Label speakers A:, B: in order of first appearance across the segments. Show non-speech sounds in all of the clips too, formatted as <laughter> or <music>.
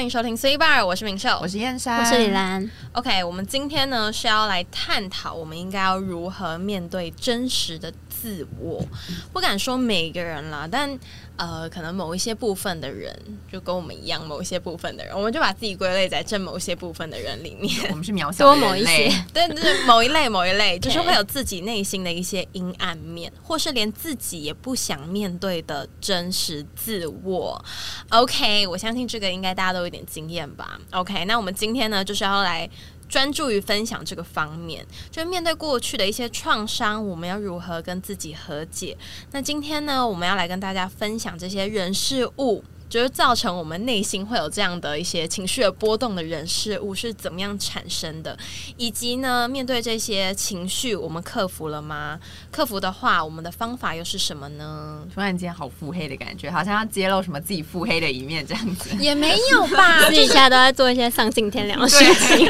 A: 迎收听 C Bar，我是明秀，
B: 我是燕山，
C: 我是李兰。
A: OK，我们今天呢是要来探讨我们应该要如何面对真实的自我。不敢说每个人啦，但呃，可能某一些部分的人就跟我们一样，某一些部分的人，我们就把自己归类在这某些部分的人里面。
B: 我们是渺小
C: 多
B: 的
C: 某
B: 人
C: 一
B: 类
C: 些，
A: <laughs> 对对，对某一类某一
C: <laughs>
A: 类，就是会有自己内心的一些阴暗面，或是连自己也不想面对的真实自我。OK，我相信这个应该大家都有点经验吧。OK，那我们今天呢，就是要来。专注于分享这个方面，就是面对过去的一些创伤，我们要如何跟自己和解？那今天呢，我们要来跟大家分享这些人事物，就是造成我们内心会有这样的一些情绪的波动的人事物是怎么样产生的，以及呢，面对这些情绪，我们克服了吗？克服的话，我们的方法又是什么呢？
B: <laughs> 突然间好腹黑的感觉，好像要揭露什么自己腹黑的一面这样子。
A: 也没有吧 <laughs>
C: 私底下都在做一些丧尽天良的事情，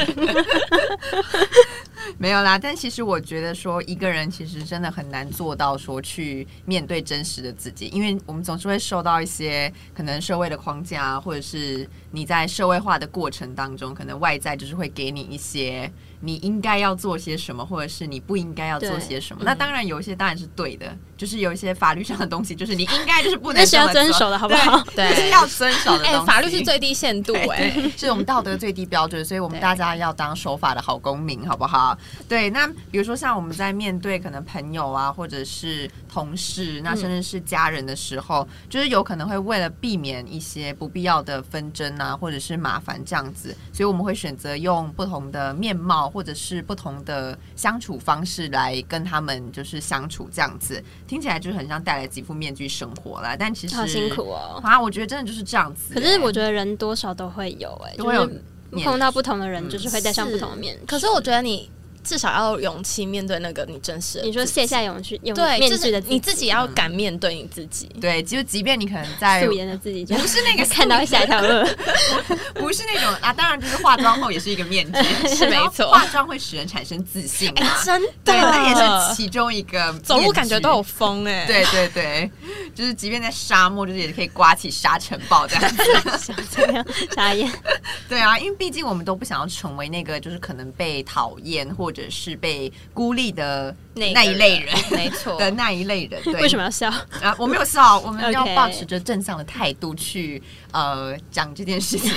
B: <laughs> 没有啦，但其实我觉得说一个人其实真的很难做到说去面对真实的自己，因为我们总是会受到一些可能社会的框架啊，或者是你在社会化的过程当中，可能外在就是会给你一些你应该要做些什么，或者是你不应该要做些什么。
A: 对
B: 那当然有一些当然是对的，就是有一些法律上的东西，就是你应该就是不能
C: 那是
B: 这么
C: 要遵
B: 做
C: 守的好不好？
A: 对
B: 对，就是要遵守的东
A: 哎、
B: 西。
A: 法律是最低限度哎、
C: <laughs>
B: 是我们道德最低标准，所以我们
A: 对
B: 大家要当守法的好公民，好不好？对，那比如说像我们在面对可能朋友啊，或者是同事，那甚至是家人的时候，就是有可能会为了避免一些不必要的纷争啊，或者是麻烦这样子，所以我们会选择用不同的面貌或者是不同的相处方式来跟他们就是相处这样子，听起来就是很像戴了几副面具生活啦，但其实
C: 好辛苦哦。
B: 啊，我觉得真的就是这样子欸、
C: 可是我觉得人多少都会有哎、
B: 都
C: 就
B: 会有
C: 是
B: 面嗯
C: 碰到不同的人，就是会戴上
A: 是
C: 不同的面具。
A: 可是我觉得你至少要有勇气面对那个你真实的
C: 你说
A: 自己
C: 卸下勇去用
A: 对，
C: 面
A: 就
C: 具
A: 是
C: 的
A: 你自己要
B: 嗯
A: 敢面对你自己。
B: 对，就即便你可能在
C: 素颜的自
B: <laughs>
C: 己，就
B: 不是
A: <laughs>
B: 那个
C: 看到吓一跳了。
B: <laughs> 不是那种啊，当然就是化妆后也是一个面具，
A: <laughs> 是没
B: 然后
A: 错
B: 化妆会使人产生自信
A: 哎、
B: 嘛，
A: 真 <laughs> 的，嗯
B: 对，那也是其中一个面具。
A: 走路感觉都有风哎、
B: 对对对，就是即便在沙漠，就是也可以刮起沙尘暴这样子。
C: 想怎样？傻眼。
B: <laughs> 对啊，因为毕竟我们都不想要成为那个就是可能被讨厌或者是被孤立的
A: 那
B: 那一类人
A: 人。没 <laughs> 错，
B: 的那一类人。对
C: 为什么
B: <laughs>
C: 要笑？
B: 啊？我没有笑，我们要
C: OK
B: 保持着正向的态度去呃讲这件事情。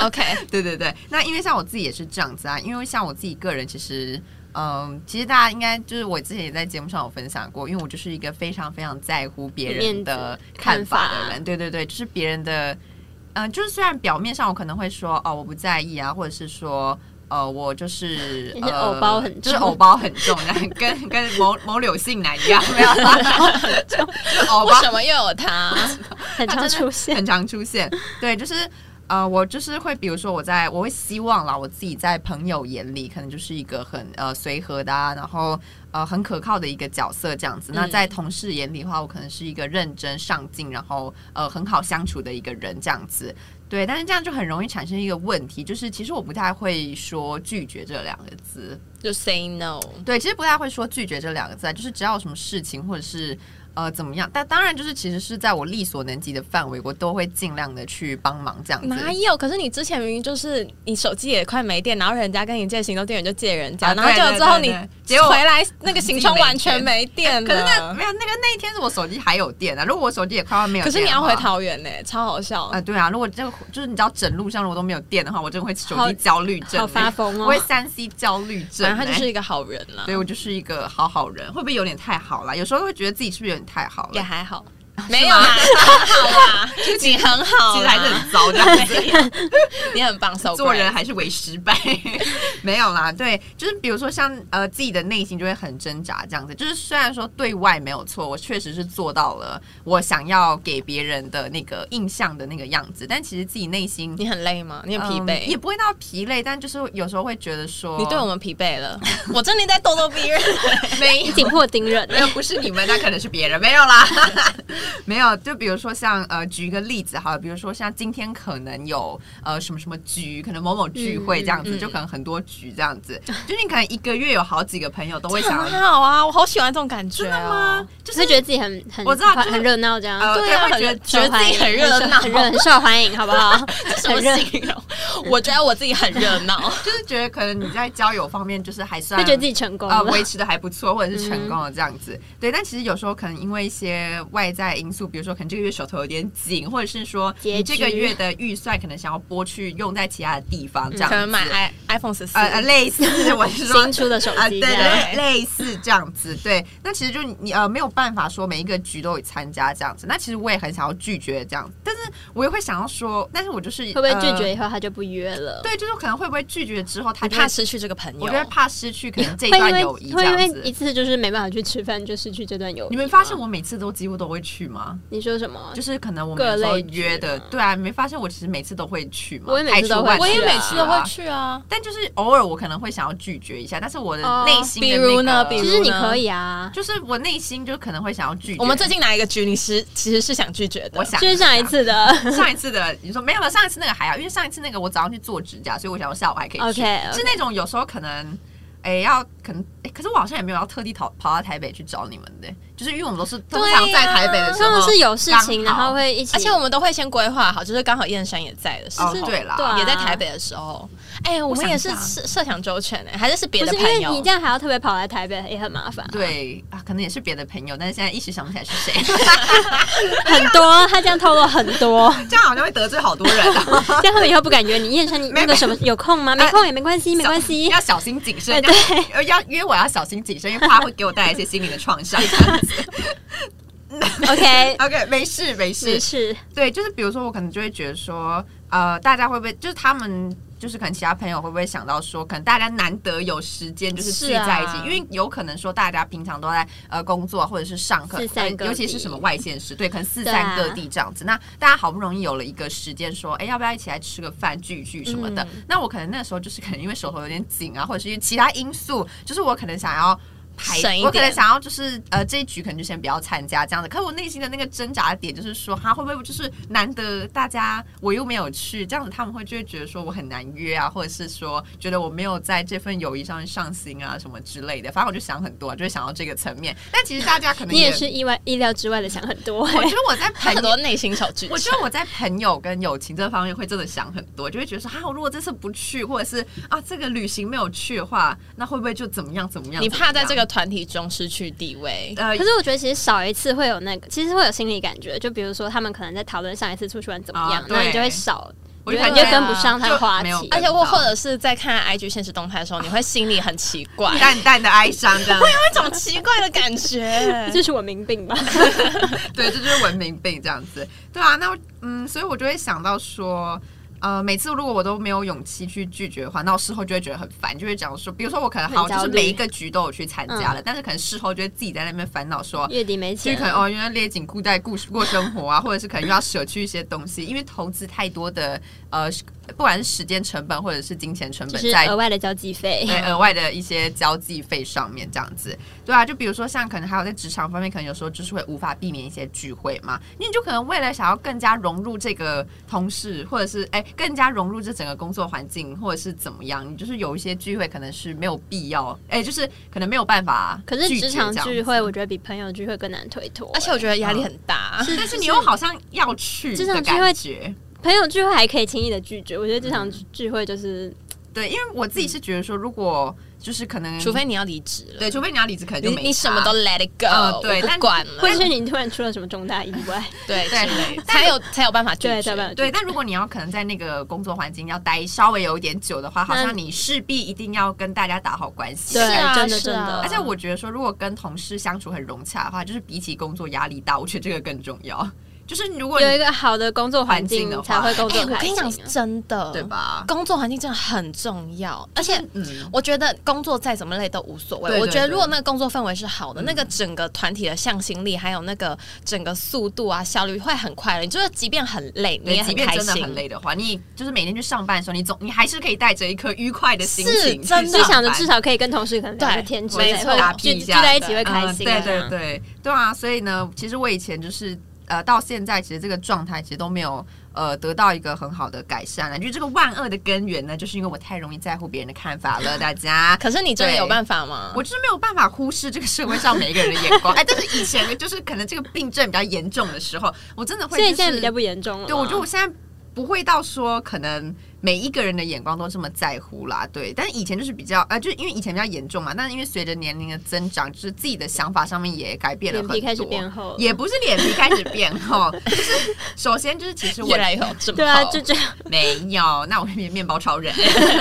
A: OK，
B: <laughs> 对对对，那因为像我自己也是这样子啊，因为像我自己个人其实。嗯，其实大家应该就是我之前也在节目上有分享过，因为我就是一个非常非常在乎别人的看法的
C: 面子看
B: 人，对对对，就是别人的，嗯、就是虽然表面上我可能会说哦我不在意啊，或者是说呃我就是
C: 你是
B: 呃
C: 偶包很重
B: 就是偶包很重，然后跟跟某某柳姓男一样，没有 <laughs> 啦，就是偶
A: 为
B: 包
A: 什么又有他？ <laughs>
C: 很常出现。
B: 很常出现。对，就是呃，我就是会，比如说我在，我会希望啦，我自己在朋友眼里可能就是一个很呃随和的、啊，然后呃很可靠的一个角色这样子。那
A: 嗯
B: 在同事眼里的话，我可能是一个认真上进，然后呃很好相处的一个人这样子。对，但是这样就很容易产生一个问题，就是其实我不太会说拒绝这两个字。
A: 就 say no，
B: 对，其实不太会说拒绝这两个字啊，就是只要有什么事情或者是呃怎么样，但当然就是其实是在我力所能及的范围，我都会尽量的去帮忙这样子。
A: 哪有？可是你之前明明就是你手机也快没电，然后人家跟你借行动电源就借人家，
B: 啊
A: 然后
B: 对
A: 结果
B: 对
A: 之后
B: 对
A: 你
B: 对结果
A: 回来那个行充完全没电了。
B: 哎可是那没有那个那一天是我手机还有电啊，如果我手机也快要没有
A: 可
B: 电的话，
A: 是你要回桃园呢、超好笑
B: 啊、。对啊，如果这个就是你知道整路上如果都没有电的话，我真的会手
C: 好
B: 机焦虑症、
C: 好发
B: 欸，
C: 疯
B: 我
C: 哦
B: 会！三 C 焦虑症、欸，
A: 反正他就是一个好人啦，
B: 对我就是一个好好人，会不会有点太好了？有时候会觉得自己是不是有点太好
A: 也
B: 了？
A: 还好，没有
B: <laughs>
A: 啦，很好啦，你很好
B: 啊其实还
A: 啦，
B: 是很糟这样子。
A: 你很棒，手
B: 做人还是为失败， <laughs> 没有啦。对，就是比如说像呃自己的内心就会很挣扎这样子。就是虽然说对外没有错，我确实是做到了我想要给别人的那个印象的那个样子，但其实自己内心
A: 你很累吗？你很疲
B: 嗯
A: 惫？
B: 也不会到疲累，但就是有时候会觉得说
A: 你对我们疲惫了，我真的在咄咄逼人。
B: <laughs> 没
C: 紧迫盯人，
B: <laughs> 没有不是你们，那可能是别人没有啦。 <laughs> 没有，就比如说像呃，举一个例子好了，比如说像今天可能有呃什么什么局，可能某某聚会这样子，
A: 嗯嗯
B: 就可能很多局这样子，就是你可能一个月有好几个朋友都会想
A: 很好啊，我好喜欢这种感觉、哦。
B: 真的吗？？就是
C: 会觉得自己很很
B: 我知道就是
C: 很热闹这样，
B: 呃
A: 对啊，
B: 对
A: 觉
B: 会觉
A: 得
B: 得 <laughs>
A: 觉得自己很热闹，
C: 很热很受欢迎，好不好？
A: 什么
C: 很热
A: 形容？我觉得我自己很热闹。
B: 就是觉得可能你在交友方面就是还算
C: 会觉得自己成功
B: 啊，
C: 了，嗯
B: 维持的还不
C: <laughs>
B: 错，或者是成功了这样子。对，但其实有时候可能因为一些外在因素，比如说可能这个月手头有点紧，或者是说
C: 拮
B: 你这个
C: 据
B: 月的预算可能想要拨去用在其他的地方，这样
A: 可
B: 子。
A: 能买 i iPhone 十四
B: 呃，呃类似，我是说
C: 新出的手
B: 啊，对
C: 机这样。
B: 对，类似这样子，对。那其实就你呃没有办法说每一个局都有参加这样子。那其实我也很想要拒绝这样，但是我也会想要说，但是我就是会呃
C: 会不会
B: 嗯
C: 拒绝以后他就不约了？
B: 对，就是可能会不会拒绝之后他
A: 你
B: 就
A: 怕
B: 会
A: 失去这个朋友？
B: 我觉得怕失去可能这一
C: 会因
B: 段
C: 为
B: 友谊这
C: 会因
B: 样
C: 为一
B: 子。
C: 次就是没办法去吃饭，就失去这段友谊吗。
B: 你们发现我每次都几乎都会去吗？
C: 你说什么？
B: 就是可能我们有
C: 嗯各
B: 时候
C: 类局
B: 约的，
C: 吗
B: 对啊，你没发现我其实每次都会去吗？
C: 我也每次都会
B: 排除万
A: 我也
B: 难
A: 每次都会
B: 啊。
A: 去啊。
B: 但就是偶尔我可能会想要拒绝一下，但是我的
C: 哦
B: 内心的
A: 比如
B: 那
A: 呢
B: 个
A: 比如
C: 其实你可以啊，
B: 就是我内心就可能会想要拒绝。
A: 我们最近哪一个局你是其实是想拒绝的？
B: 我想
C: 就是上一次的。
B: 上一次的，你说没有了，上一次那个还好，因为上一次那个我早上去做指甲，所以我想要下午还可以去。
C: OK，OK
B: 是那种有时候可能，哎、要可能、哎，可是我好像也没有要特地跑跑到台北去找你们的、就是因为我们都是通常在台北的时
C: 他
B: 候，
C: 们是有事情，
B: 刚
C: 然
B: 好
C: 后会一起，
A: 而且我们都会先规划好，就是刚好燕山也在的时候，
B: 哦对啦
C: 对啊
A: 也在台北的时候，哎、我们也是
B: 想一下
A: 设设想周全哎、还是是别
C: 不
A: 的
C: 是
A: 朋
C: 因为
A: 友？
C: 你这样还要特别跑来台北，也很麻烦。
B: 对啊，可能也是别的朋友，但是现在一时想不起来是谁，
C: 很多，他这样透露很多，
B: 这样好像会得罪好多人、哦。
C: <laughs> 这样他们以后不敢约你。燕山，你
B: 没
C: 那个什么有空吗？
B: 没
C: 没空也没关系，没
B: <laughs>
C: 关系。
B: 要小心谨慎。
C: 对
B: 要要约我要小心谨慎，因为怕会给我带来一些心灵的创伤。这样子 <laughs>
C: OK，
B: OK，没事没事
C: 没事。
B: 对，就是比如说，我可能就会觉得说，呃，大家会不会就是他们就是可能其他朋友会不会想到说，可能大家难得有时间就是聚
A: 是啊
B: 在一起，因为有可能说大家平常都在呃工作或者是上课
C: 四，散各
B: 尤其是
C: 地
B: 什么外县市，对，可能四
C: 对
B: 散
C: 啊
B: 各地这样子。那大家好不容易有了一个时间，说，哎，要不要一起来吃个饭聚一聚什么的？
A: 嗯
B: 那我可能那时候就是可能因为手头有点紧啊，或者是因为其他因素，就是我可能想要。排
A: 省一
B: 我可能
A: 点
B: 想要就是呃这一局可能就先不要参加这样子，可是我内心的那个挣扎点就是说，哈会不会就是难得大家我又没有去，这样子他们会就会觉得说我很难约啊，或者是说觉得我没有在这份友谊上面上心啊什么之类的。反正我就想很多，就会想到这个层面。但其实大家可能
C: 你也是意外意料之外的想很多、
B: 我觉
C: 欸，
B: 得我在朋
A: <laughs> 很
B: 友
A: 多内心小剧
B: 我觉
A: 场。
B: 得我在朋友跟友情这方面会真的想很多，就会觉得说，哈、啊，我如果这次不去，或者是啊这个旅行没有去的话，那会不会就怎么样怎么样？
A: 你怕
B: 怎
A: 在
B: 么
A: 这
B: 样
A: 个团体中失去地位，
B: 呃
C: 可是我觉得其实少一次会有那个，其实会有心理感觉。就比如说他们可能在讨论上一次出去玩怎么样
B: 啊，
C: 那、你
B: 对
C: 就会少，
B: 我
C: 你
B: 就
C: 就
B: 感
C: 你就
B: 觉
C: 跟不上他的
B: 就
C: 话
B: 没有哎
C: 题。
A: 而且或
B: 知道
A: 或者是在看 IG 现实动态的时候，你会心里很奇
B: <laughs>
A: 怪， <laughs>
B: 淡淡的哀伤这样。
A: 一种奇怪的感
B: <laughs>
A: 觉。
C: 这是我民病吧？
B: 对，这就是文明病这样子。对啊，那嗯，所以我就会想到说。呃，每次如果我都没有勇气去拒绝的话，那我事后就会觉得很烦，就会讲说，比如说我可能好
C: 很焦
B: 就是
C: 虑嗯
B: 每一个局都有去参加了，但是可能事后就会自己在那边烦恼说，
C: 月底没
B: 就
C: 钱
B: 可，能哦，因为勒紧裤带过过生活啊，或者是可能又要舍去一些东西，因为投资太多的呃，不管是时间成本或者是金钱成
C: 就
B: 本
C: 是
B: 在
C: 额外的交际费。
B: 对呃额外的一些交际费上面这样子，对啊，就比如说像可能还有在职场方面，可能有时候就是会无法避免一些聚会嘛，因为你就可能为了想要更加融入这个同事，或者是哎、更加融入这整个工作环境，或者是怎么样，你就是有一些聚会可能是没有必要，哎、就是可能没有办法
C: 可是
B: 拒绝
C: 职
B: 这样
C: 场
B: 子，
C: 聚会，我觉得比朋友聚会更难推脱、
A: 而且我觉得压力很大，
B: 但是你又好像要去
C: 职场
B: 的
C: 聚会
B: 感觉。
C: 朋友聚会还可以轻易的拒绝，我觉得职
B: 嗯
C: 场聚会就是
B: 对，因为我自己是觉得说，如果就是可能，
A: 除非你要离职了。
B: 对，除非你要离职，可能就
A: 你
B: 没
A: 你什么
B: 差
A: 都 let it go，、
B: 嗯对
A: 我
B: 但
A: 不管了，
C: 或者是你突然出了什么重大意外，
A: 对
B: 对
A: 之
C: <laughs>
A: 类的，才有才有办法拒
C: 对，
A: 绝
C: 才。办法拒
B: 对，但如果你要可能在那个工作环境要待稍微有一点久的话，好
C: 那
B: 像你势必一定要跟大家打好关系。
C: 对，
A: 是啊
C: 真的
A: 是
C: 真
A: 啊
C: 的。
B: 而且我觉得说，如果跟同事相处很融洽的话，就是比起工作压力大，我觉得这个更重要。就是如果
C: 有一
B: 你
C: 个好的工作环
B: 环境的
C: 境
B: 话
C: 才会工
A: 哎、
C: 作
A: 我
C: 开
A: 跟你
C: 心啊、
A: 讲是真的，
B: <laughs> 对？吧？
A: 工作环境真的很重要，而且。 <laughs>
B: 嗯，
A: 我觉得工作再怎么累都无所谓。
B: 对对
A: 我觉得
B: 对嗯
A: 如果那个工作氛围是好的，那个整个团体的向心力，还有那个整个速度啊、效率会很快的。你就是即便很累，你
B: 对
A: 也
B: 即
A: 很
B: 便
A: 开
B: 真的
A: 心。
B: 很累的话，你就是每天去上班的时候，你总你还是可以带着一颗愉快的心
A: 是
B: 情去
A: 真的
C: 就
B: 上
C: 想着
B: 班
C: 至少可以跟同事可能聊个
A: 对
C: 天之
A: 没
B: 哦
C: 类，
A: 错
C: 或者
B: 打
C: 聚
B: 屁一
C: 聚
B: 下嗯
C: 在一起会开心、啊
B: 嗯对对对对啊！所以呢，其实我以前就是。呃到现在，其实这个状态其实都没有呃得到一个很好的改善啊了。就是这个万恶的根源呢，就是因为我太容易在乎别人的看法了，大家。
A: 可是你真的
B: 对
A: 有办法吗？
B: <laughs> 我就是没有办法忽视这个社会上每一个人的眼光，哎，但是以前就是可能这个病症比较严重的时候，我真的会、
C: 所
B: 就
C: 以
B: 是，
C: 现在比较不严重了。
B: 对，我觉得我现在不会到说可能每一个人的眼光都这么在乎啦，对。但是以前就是比较呃，就因为以前比较严重嘛，但是因为随着年龄的增长，就是自己的想法上面也改变了
C: 脸
B: 很
C: 皮
B: 多，
C: 开始变厚了，
B: 也不是脸皮开始变厚，就是首先就是其实我
A: 越来越好，这么
C: 对啊，
A: 好
C: 就这样。
B: 没有，那我面面包超人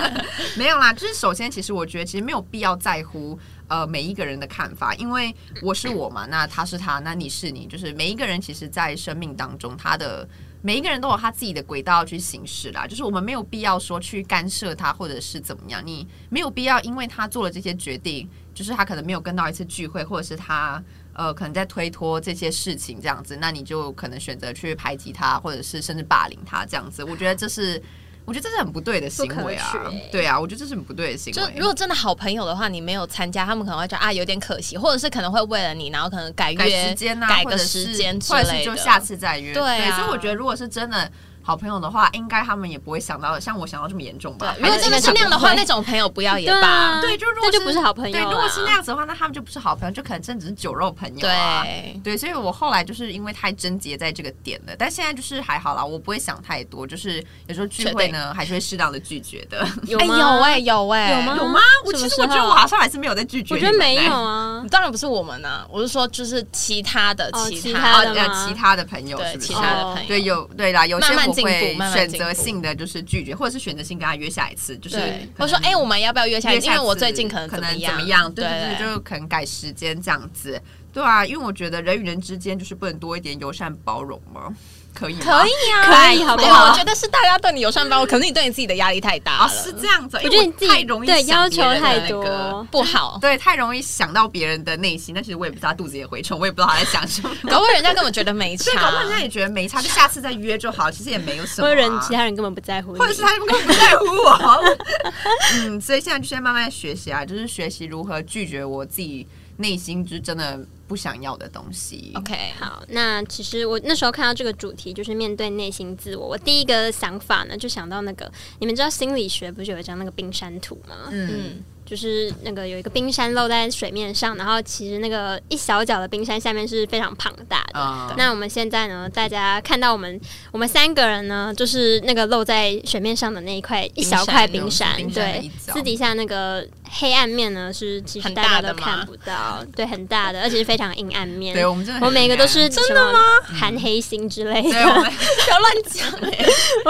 B: <laughs> 没有啦。就是首先，其实我觉得其实没有必要在乎呃每一个人的看法，因为我是我嘛，那他是他，那你是你，就是每一个人其实，在生命当中，他的每一个人都有他自己的轨道去行事啦。就是我们没有必要说去干涉他，或者是怎么样，你没有必要因为他做了这些决定，就是他可能没有跟到一次聚会，或者是他。呃，可能在推脱这些事情这样子，那你就可能选择去排挤他，或者是甚至霸凌他这样子。我觉得这是，我觉得这是很不对的行为啊
C: 不可取欸，
B: 对啊，我觉得这是很不对的行
A: 就
B: 为。
A: 如果真的好朋友的话，你没有参加，他们可能会觉得啊有点可惜，或者是可能会为了你，然后可能改约
B: 改时间啊，
A: 改个
B: 或者
A: 时
B: 是
A: 间之
B: 或者是
A: 类
B: 就
A: 的。
B: 下次再约。
A: 对啊
B: 所以我觉得如果是真的好朋友的话，应该他们也不会想到像我想到这么严重吧
A: 对，？如果真的是那样的话，
C: 还是
A: 那种朋友不要也
C: 对
A: 罢
C: 啊。
B: 对，就如果
C: 那就不是好朋友
B: 对，
C: 啦
B: 如果是那样子的话，那他们就不是好朋友，就可能真的只是酒肉朋友啊。
A: 对，
B: 对，所以我后来就是因为太贞结在这个点了，但现在就是还好啦，我不会想太多，就是有时候聚会呢还是会适当的拒绝的。
C: 有
A: 哎
C: 吗？
A: 有哎有哎
C: 有吗
B: 有吗？我
C: 什
B: 其
C: 么
B: 实
C: 时
B: 我
C: 候
B: 觉得我好像还是没有在拒绝
C: 我
B: 你
C: 觉
B: 们欸，
C: 得没有啊。
A: 当然不是我们啊，我是说就是其他的
C: 哦
A: 其
C: 其
A: 他
C: 他
B: 啊，
C: 的
B: 呃
C: 吗
B: 其他的朋友
A: 对
B: 是不是哦
A: 其？他的朋友
B: 对，有对啦，有些
A: 慢慢
B: 我
A: 进步
B: 会
A: 慢慢
B: 选
A: 进步
B: 择性的就是拒绝，或者是选择性跟他约下一次，就是
A: 对，
B: 可
A: 我说
B: 能
A: 哎、我们要不要约下
B: 约
A: 来？因
B: 下
A: 为我
B: 次
A: 最近可能
B: 可
A: 么
B: 能
A: 样，
B: 怎
A: 怎
B: 么样？对
A: 对
B: 对，就是可能改时间这样子。对啊，因为我觉得人与人之间就是不能多一点友善包容吗？可以吗？
A: 可以啊，
C: 可以好不
A: 没
C: 好
A: 有我觉得是大家对你友善包容，可是你对你自己的压力太大了，
B: 啊，是这样子。
C: 我
B: 因
C: 觉
B: 为
C: 得你自己
B: 太容易
C: 对
B: 想
C: 要
B: 别
C: 求
B: 人的
C: 太
B: 那
C: 多
B: 个
A: 不好。
B: 对，太容易想到别人的内心，但其实我也不知道他肚子也蛔虫，我也不知道他在想什么。
A: <laughs> 搞不好人家根本觉得没
B: 对，搞不好人
A: 差。
B: 家也觉得没差，就下次再约就好，其实也没有什么
C: 或
B: 啊、
C: 者人其他人根本不在乎你，
B: 或者是他根本不在乎我。 <laughs> 嗯，所以现在就是在慢慢学习啊，就是学习如何拒绝我自己内心就是真的不想要的东西。
A: OK，
C: 好，哦那其实我那时候看到这个主题，就是面对内心自我。我第一个想法呢，就想到那个，你们知道心理学不是有一张那个冰山图吗？
B: 嗯，
A: 嗯，
C: 就是那个有一个冰山露在水面上，然后其实那个一小角的冰山下面是非常庞大的。
B: 啊、
C: 那我们现在呢？大家看到我们我们三个人呢，就是那个露在水面上的那一块一小块冰山，
B: 冰山的
C: 对
B: 一，角
C: 私底下那个黑暗面呢，是其实
A: 很
C: 大
A: 大
C: 家
A: 的
C: 都看
A: 吗
C: 不到，对，很大的，而且是非常阴暗面。
B: 对我们真的很
C: 我每个都是
A: 真的
C: 吗？含黑心之类
B: 对我
C: 的，
B: 们
A: 不要乱讲哎。
C: <laughs>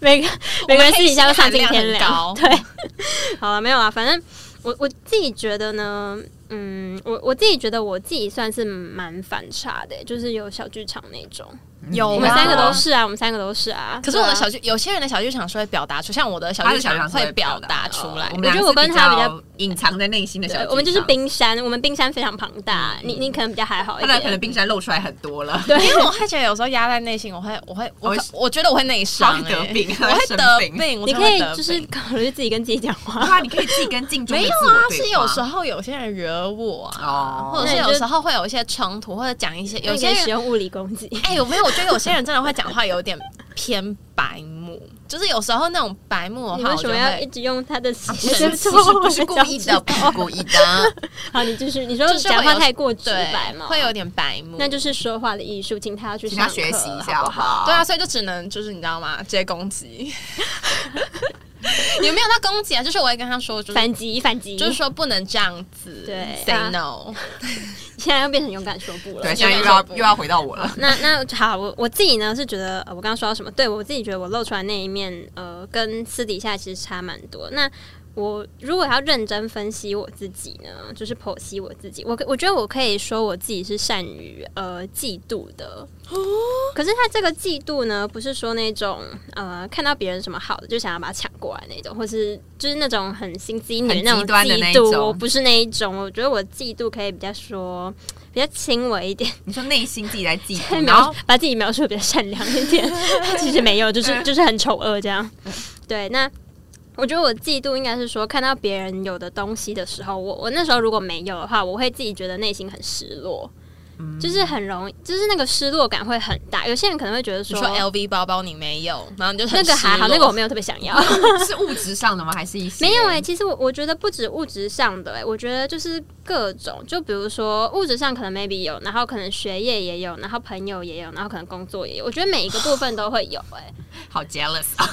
C: 每个每个人私底下都丧尽
A: 我们黑
C: 天
A: 心
C: 良
A: 含。量很
C: 对，啊好了，没有啊，反正我我自己觉得呢，嗯，我我自己觉得我自己算是蛮反差的、就是有小剧场那种。
B: <laughs> 啊
A: 有
C: 我
A: 我
C: 们
A: 吗
C: 三个都是啊，我们三个都是啊。
A: 可是我的
C: 对啊
A: 小剧，有些人的小剧场是会表达出，像我的小
B: 他
A: 剧
B: 的小剧
A: 场
B: 场是
A: 会
B: 会
A: 表
B: 表
A: 达
B: 达
A: 出来
B: 我。们
C: 我觉
B: 俩
C: 得
B: 是
C: 我跟他比较
B: 较隐藏在内心的小剧
A: 啊
C: 对
B: 场，
C: 我们就是冰山，我们冰山非常庞大，你你可能比较还好一
B: 他的可能
C: 点。
B: 冰山露出来很多了，
C: 啊
A: 对，因为我会觉得有时候压在内心，我会，我会，我
B: 我会
A: 可我觉得我会内伤，
B: 他会
A: 哎
B: 得病
A: <laughs> 我
B: 他
A: 会
B: 会生
A: 得
B: 病
A: 病。我
C: 你
A: 真
C: 可
A: 的
C: 以
A: 得
C: 就
A: 病
C: 是考虑自己跟自己讲
B: 对
C: 话。
B: 啊，你可以自己跟镜中的
A: 没有
B: 自我
A: 啊，
B: 对
A: 是有
B: 话
A: 时候有些人惹我啊，
B: 哦
A: 或者是有时候会有一些冲突，或者讲一些有
C: 你
A: 些
C: 可以
A: 人
C: 使用物理攻击。
A: <laughs> 哎、有没有？我觉得有些人真的会讲话有点偏白目，就是有时候那种白目的
C: 你
A: 话，我
C: 为什
A: 就
C: 么要一
A: 会啊
C: 直用他的牺
B: 不是
C: 牲
B: 不
C: 做
B: 是
C: 我
B: 不是
C: 的
B: 故
C: 角
B: 意
C: 色
B: 的，不是故意的，
C: <laughs> 好，你就是你说
A: 就是会
C: 讲话
A: 有
C: 太过直
A: 对
C: 白嘛，
A: 会有点白目，
C: 那就是说话的艺术，请他要去
B: 请他
C: 上
B: 学
C: 课
B: 习一下好
C: 好不
B: 不
C: 好？
B: 好？
A: 对啊，所以就只能就是你知道吗？直接攻击，也 <laughs> 没有到攻击啊，就是我会跟他说，就是
C: 反击反击，
A: 就是说不能这样子，
C: 对啊
A: ，say no，、
C: 现在要变成勇敢说不了
B: 对，。现在又要又要回到我了。
C: <laughs> 那那好，我我自己呢是觉得，呃我刚刚说到什么？对我自己觉得我露出来那一面，呃，跟私底下其实差蛮多。那我如果要认真分析我自己呢，就是剖析我自己，我可我觉得我可以说我自己是善于呃嫉妒的。
B: 哦
C: 可是他这个嫉妒呢，不是说那种呃看到别人什么好的就想要把它抢过来那种，或是就是那种很心机女
B: 很
C: 那种
B: 极端的
C: 嫉
B: 那一
C: 妒，
B: 种
C: 我不是那一种。我觉得我嫉妒可以比较说比较轻微一点。
B: 你说内心自己
C: <laughs>
B: 在嫉
C: 太
B: 妒，然
C: 描
B: 后
C: 把自己描述得比较善良一点，其实没有，就是就是很丑恶这样。对，那我觉得我嫉妒应该是说，看到别人有的东西的时候，我我那时候如果没有的话，我会自己觉得内心很失落。
A: 嗯
C: 就是很容易，就是那个失落感会很大。有些人可能会觉得
A: 你
C: 说，
A: 说 LV 包包你没有，然后你就很
C: 那个还好，
A: 失落
C: 那个我没有特别想
A: <laughs>
C: 要。
B: 是物质上的吗？还是一些
C: 没有哎、其实我我觉得不止物质上的哎、我觉得就是各种，就比如说物质上可能 maybe 有，然后可能学业也有，然后朋友也有，然后可能工作也有。我觉得每一个部分都会有哎、
B: 好
C: <laughs>
B: jealous 啊！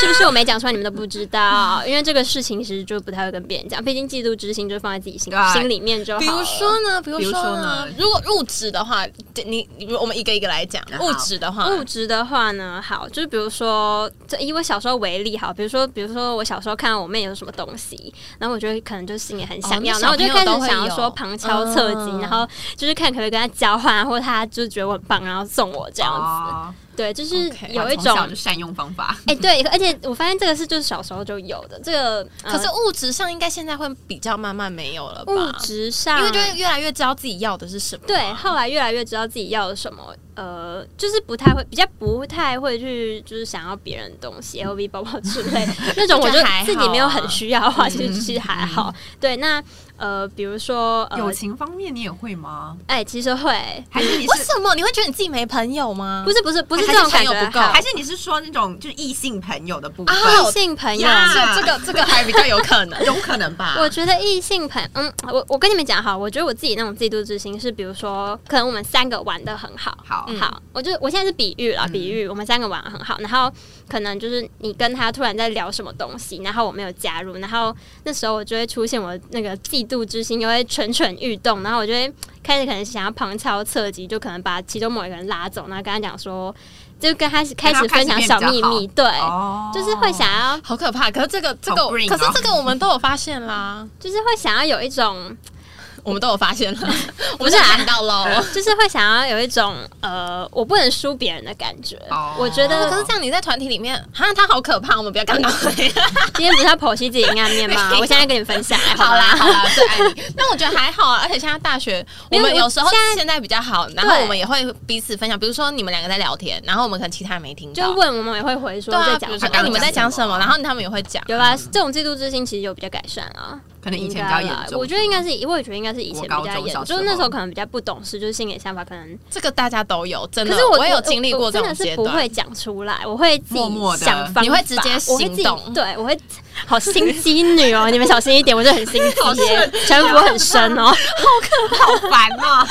C: 是不是我没讲出来你们都不知道？因为这个事情其实就不太会跟别人讲，毕竟嫉妒之心就放在自己心
B: 对
C: 心里面就好了。
A: 比如说呢，比如
B: 比如
A: 说
B: 说
A: 呢
B: 呢，
A: 如果物质的话，你你我们一个一个来讲。
B: 好
A: 物质的话，
C: 物质的话呢，好，就是比如说，这以我小时候为例，好，比如说，比如说我小时候看到我妹有什么东西，然后我就可能就心里很想要，
A: 哦那
C: 然后我就开
A: 小朋友都
C: 始
A: 会
C: 想
A: 有
C: 要说旁敲侧击，
A: 嗯
C: 然后就是看可不可以跟她交换啊，或者她就是觉得我很棒，然后送我这样子。
B: 哦
C: 对，就是
A: OK，
C: 有一
B: 从
C: 种
B: 小就善用方法，
C: 哎、对，而且我发现这个是就是小时候就有的，这个、呃
A: 可是物质上应该现在会比较慢慢没有了吧？
C: 物质上，
A: 因为就会越来越知道自己要的是什么。
C: 对，后来越来越知道自己要什么，呃，就是不太会，比较不太会去，就是想要别人的东西，LV 包包之类
A: <laughs>
C: 那种，我
A: 那
C: 就
A: 嗯就还好啊嗯
C: 自己没有很需要的话，其实其实还好。对，那呃，比如说呃，
B: <laughs> 友情方面你也会吗？
C: 哎、其实会，
B: 还是你
A: 为
B: 是
A: 什么你会觉得你自己没朋友吗？
C: 不
A: 是
C: 是不是不
A: 嗯
C: 是
A: 还
C: 这
A: 是
C: 种
A: 朋
C: 感
A: 友
C: 觉
A: 不够
C: 还
B: 还是你是说那种就是异性朋友的部分？
A: 啊
C: 异性朋友。
B: 呀。
A: 这这个这个还比较有可能
B: <laughs> 有可能吧？
C: 我觉得异性朋嗯，我我跟你们讲哈，我觉得我自己那种嫉妒之心是，比如说，可能我们三个玩的很好，
B: 好
A: 嗯
C: 好，我就我现在是比喻啦，
B: 嗯
C: 比喻我们三个玩得很好，然后可能就是你跟他突然在聊什么东西，然后我没有加入，然后那时候我就会出现我那个嫉妒之心，就会蠢蠢欲动，然后我就会开始可能想要旁敲侧击，就可能把其中某一个人拉走，然后跟他讲说，就跟他开始分享小秘密，对，
B: 哦
C: 就是会想要，
A: 好可怕！可是这个这个，
B: 好 green
A: 可是
B: 哦
A: 这个我们都有发现啦，
C: 就是会想要有一种，
A: 我们都有发现
C: <laughs>
A: 啦，我
C: 不
A: 们
C: 是
A: 就
C: 啊
A: 看到喽。
C: 就是会想要有一种呃，我不能输别人的感觉。
B: 哦
C: 我觉
A: 可
C: 得
A: 是这样你在团体里面，哈，他好可怕，我们不要看到你。
C: <laughs> 今天不是要剖析自己阴暗面吗
B: <laughs>
A: 没？有
C: 我现在跟你分享，
A: 好啦，
C: 吗
A: 好啦，
C: <laughs>
A: 最爱你。那我觉得还好啊，而且现在大学，我
C: 没有
A: 们
C: 我
A: 有时候
C: 现在
A: 现在比较好，然后
C: 对
A: 我们也会彼此分享，比如说你们两个在聊天，然后我们可能其他人没听
C: 就
A: 到，
C: 问我们也会回说
A: 对啊，
C: 在
A: 比
C: 讲
A: 如
C: 什
A: 说
C: 么啊
A: 哎你们在讲
B: 讲什
A: 什
B: 么
A: 么，然后他们也会讲。
C: 有啦，这种嫉妒之心其实有比较改善啊，
B: 可能以
C: 应
B: 前
C: 该
B: 比较
C: 啦
B: 严。重，
C: 我觉得应该是，我也觉得应该是以前比
B: 我高
C: 较
B: 中
C: 严
B: 小
C: 重，
B: 时候
C: 就是那时候可能比较不懂事，就是心里想法可能。
A: 这个大家都有，真的，
C: 可是我
A: 我也有经历过这
C: 我
A: 种
C: 真的是
A: 阶
C: 不
A: 段。
C: 会讲出来，我会自
B: 默默
C: 己
B: 地
C: 想方法，
A: 你会直接行动
C: 我会自己对，我会好心机女哦，你们小心一点，我就很心
A: <laughs>
C: 机耶，城府很深哦。
B: 好 <laughs> 烦哦。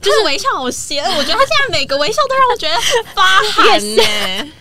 A: 就是微笑好邪恶，我觉得他现在每个微笑都让我觉得发
C: <laughs>
A: 寒呢、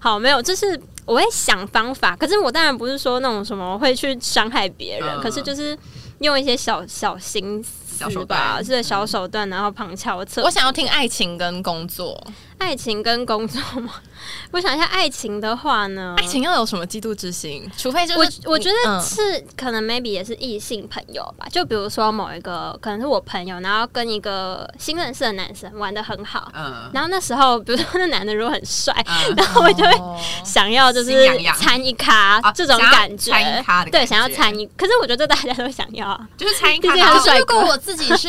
C: 好，没有，就是我会想方法，可是我当然不是说那种什么会去伤害别人，
B: 嗯
C: 可是就是用一些小小心思
B: 小手
C: 吧，
B: 段
C: 是小手段，然后旁敲侧击。
A: 我想要听爱情跟工作，
C: 爱情跟工作吗？ <laughs> 我想一下，爱情的话呢，
A: 爱情要有什么嫉妒之心？除非就是你
C: 我我觉得
A: 嗯
C: 是、可能 maybe 也是异性朋友吧，就比如说某一个可能是我朋友，然后跟一个新认识的男生玩的很好，
B: 嗯，
C: 然后那时候比如说那男的如果很帅，
B: 嗯
C: 然后我就会
A: 哦
C: 想要就是
B: 心痒痒
C: 参一咖
B: 啊
C: 这种感觉，
B: 想要参一咖的感觉
C: 对，想要参一，可是我觉得大家都想要啊， <laughs>
B: 就是参与
C: 毕
B: 看
C: 竟他是
B: 到
C: 帅
A: 如
C: 哥
A: 果我自己是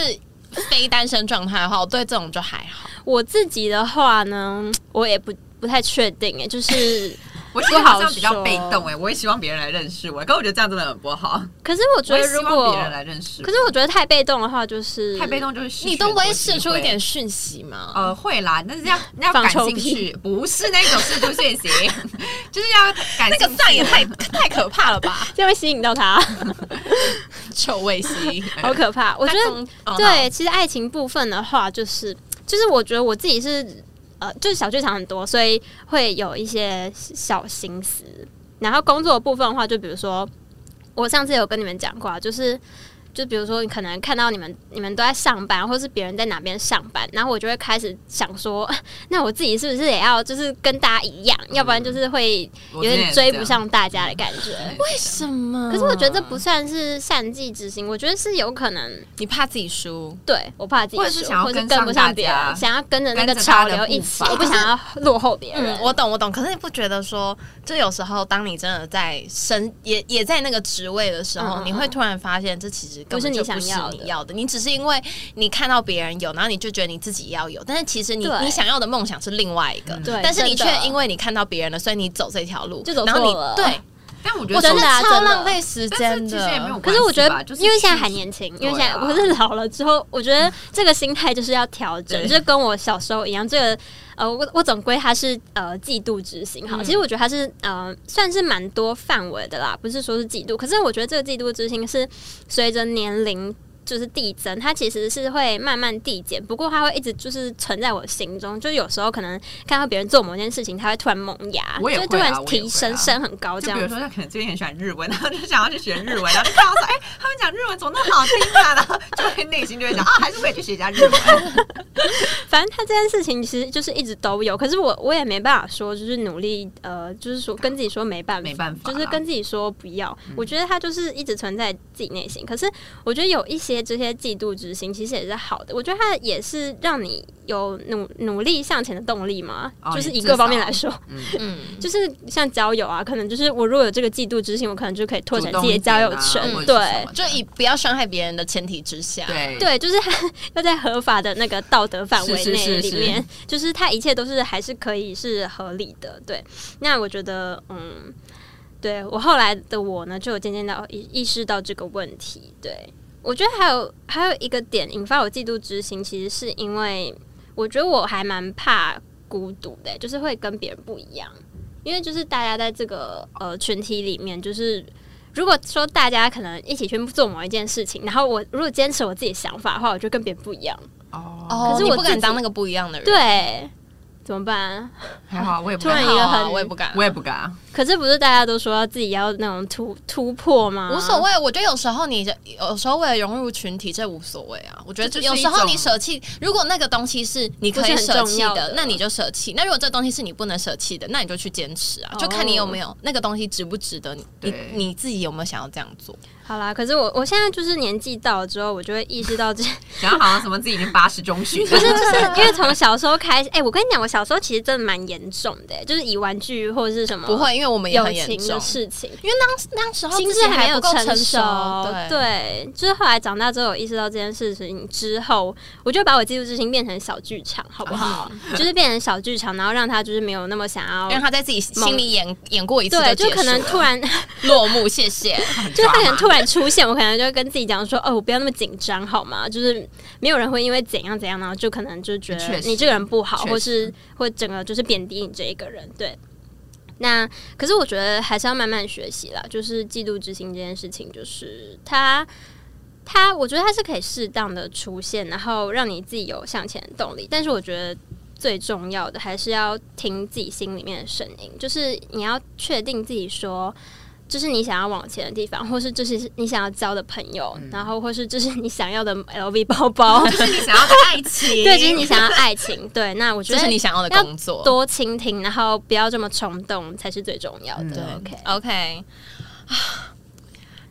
A: 非单身状态的话，我对这种就还好。
C: 我自己的话呢，我也不不太确定哎，就是。
B: 我觉得好像比
C: 不
B: 较
C: 好说
B: 被动哎，我也希望别人来认识我，可我觉得这样真的很不好。
C: 可是我觉
B: 我
C: 得
B: 也希
C: 如
B: 望
C: 果
B: 别人来认识我，
C: 可是我觉得太被动的话，就是
B: 太被。动就是
A: 你都不会
B: 会
A: 试出一点。讯息吗？
B: 呃，会啦，但是要要
C: 放
B: 感
C: 臭
B: 兴趣，不是那种试出讯息， <laughs> 就是要感
A: 那
B: 兴
A: 个
B: 趣。
A: 赞也太 <laughs> 太可怕了吧！
C: 这样会吸引到他，
A: 臭味吸，
B: 哎
C: 好可怕！我觉得
A: 哦
C: 对，其实爱情部分的话，就是就是我觉得我自己是呃，就是小剧场很多，所以会有一些小心思。然后工作的部分的话，就比如说我上次有跟你们讲过啊，就是。就比如说，你可能看到你们你们都在上班，或是别人在哪边上班，然后我就会开始想说，那我自己是不是也要就是跟大家一样，要不然就是会
B: <laughs> 嗯
C: 有
B: 我之前
C: 点
B: 也是这样
C: 追不。上大家的感觉。
A: <laughs> 为什么？
C: 可是我觉得这不算是善计之心，我觉得是有可能，
A: 你怕自己输，
C: 对我怕自己
B: 或者是
C: 输
B: 想要
C: 或
B: 跟
C: 跟不
B: 上
C: 上
B: 大
C: 别
B: 家
C: 人，想要跟着
B: 跟
C: 那个
B: 着大家
C: 潮
B: 的
C: 流
B: 步
C: 一起，
B: 伐
C: 我不想要落后别人。
A: 嗯，我懂，我懂。可是你不觉得说，就有时候当你真的在身也也在那个职位的时候，
C: 嗯嗯嗯
A: 你会突然发现，这其实根本就不
C: 不是
A: 是
C: 你想要的
A: 你要的。你只是因为你看到别人有，然后你就觉得你自己也要有，但是其实你
C: 对
A: 你想要的梦想是另外一个，
C: 对
A: 但是你却
C: 真的
A: 因为你看到别人了，所以你走这条路，
C: 就走错
A: 然后你
C: 了
A: 对。
B: 但我觉
A: 我
B: 得
C: 真的啊
A: 超
C: 真的
A: 浪费时
B: 但
A: 间
B: 是其
A: 的
B: 实也没有关系吧，
C: 可是我觉得
B: 就，是
C: 因为现在
B: 去
C: 还年轻，因
B: 对
C: 为
B: 啊
C: 现在我是老了之后，我觉得这个心态就是要调整，
A: 对
C: 就是跟我小时候一样。这个呃，我我总归它是呃季度执行好，
A: 嗯
C: 其实我觉得它是呃算是蛮多范围的啦，不是说是季度。可是我觉得这个季度执行是随着年龄。就是递增，它其实是会慢慢递减，不过它会一直就是存在我心中。就有时候可能看到别人做某件事情，它会突然萌芽，
B: 我也
C: 就
B: 会啊
C: 突然
B: 我也
C: 提
B: 会
C: 升，
B: 啊
C: 升很高这
B: 就
C: 样
B: 比
C: 子
B: 如说，他可能最近很喜欢日文， <laughs> 然后就想要去学日文，然后就看到说，哎、他们讲日文怎么那么好听啊，然后就会内心就会想，啊，还是可以去学一下日文。
C: 反正他这件事情其实就是一直都有，可是我我也没办法说，就是努力呃，就是说跟自己说没办法，
B: 没办法啦嗯
C: 就是跟自己说不要。我觉得他就是一直存在自己内心，可是我觉得有一些这些嫉妒之心其实也是好的，我觉得它也是让你有努努力向前的动力嘛，
B: 哦
C: 就是以
B: 你至
C: 各方面
B: 少
C: 来说，
A: 嗯，
C: 就是像交友啊，可能就是我如果有这个嫉妒之心，我可能就可以拓展自己的交友圈，
B: 主动一点
C: 对
B: 啊或者是什。么
A: 就以不要伤害别人的前提之下，
B: 对，
C: 对，就是他要在合法的那个道德范围
B: 是
C: 内
B: 是是
C: 里
B: 是
C: 面，就是他一切都是还是可以是合理的。对，那我觉得，嗯，对我后来的我呢，就有渐渐到意意识到这个问题。对我觉得还有还有一个点引发我嫉妒之心，其实是因为我觉得我还蛮怕孤独的，就是会跟别人不一样，因为就是大家在这个呃群体里面，就是如果说大家可能一起去做某一件事情，然后我如果坚持我自己想法的话，我就跟别人不一样。
B: 哦，
A: 哦，
C: 可是我
A: 你不
C: 自
A: 敢
C: 己
A: 当那个不一样的人，
C: 对，怎么办？
B: 还好，我也不
C: 突然
B: 敢
A: 还
C: 一
A: 好
C: 个
A: 啊，
C: 很
A: 我也不敢
B: 我。也不敢，
C: 可是不是大家都说自己要那种突突破吗？
A: 无所。谓，我觉得有时候你有时候为了融入群体，这无所谓啊。我觉
B: 这
A: 得
B: 就是
A: 有
B: 一
A: 时候
B: 种
A: 你舍弃，如果那个东西是你可
C: 不是
A: 以
C: 很
A: 舍
C: 重
A: 弃
C: 要
A: 的，
C: 的
A: 那你就舍弃；那如果这东西是你不能舍弃的，那你就去坚持啊
C: 哦，
A: 就看你有没有那个东西值不值得你，你
B: 对
A: 你自己有没有想要这样做。
C: 好啦，可是我我现在就是年纪到了之后，我就会意识 <laughs> 到这，
B: 讲得好像什么自己已经八十中旬了，
C: 不是就是
B: <laughs>
C: 因为从小时候开始，哎、我跟你讲，我小时候其实真的蛮严重的、就是以玩具或者是什么
A: 不会，因为我们也
C: 友
A: 很严
C: 情
A: 重
C: 的，事情，
A: 因为当当时候
C: 心
A: 自
C: 智
A: 己
C: 哦还没有
A: 不够
C: 成
A: 熟，
C: 对，就是后来长大之后，有意识到这件事情之后，我就把我嫉妒之心变成小剧场，好不好？就是变成小剧场，然后让他就是没有那么想要，
A: 哦让他在自己心里演演过一次
C: 对，
A: 就结
C: 就可能
A: 束
C: <laughs>
A: 了
C: 突然，
A: 落幕，谢谢。
C: 就他可能突然出现，我可能就会跟自己讲说，哦，我不要那么紧张，好吗？就是没有人会因为怎样怎样，然后就可能就觉得
B: 确实
C: 你这个人不好，
B: 确实
C: 或是或整个就是贬低你这一个人，对。那可是我觉得还是要慢慢学习啦，就是嫉妒之心这件事情，就是它它，我觉得它是可以适当的出现，然后让你自己有向前的动力。但是我觉得最重要的还是要听自己心里面的声音，就是你要确定自己说。这是你想要往前的地方，或是这是你想要交的朋友，
A: 嗯
C: 然后或是这是你想要的 LV 包包，
B: 就是 <laughs> 你想要的爱情，
C: <laughs> 对，就是你想要爱情，对。那我觉
A: 这
C: 得
A: 是你想要的工作，
C: 多倾听，然后不要这么冲动，才是最重要的。
A: 对
C: OK，
A: OK。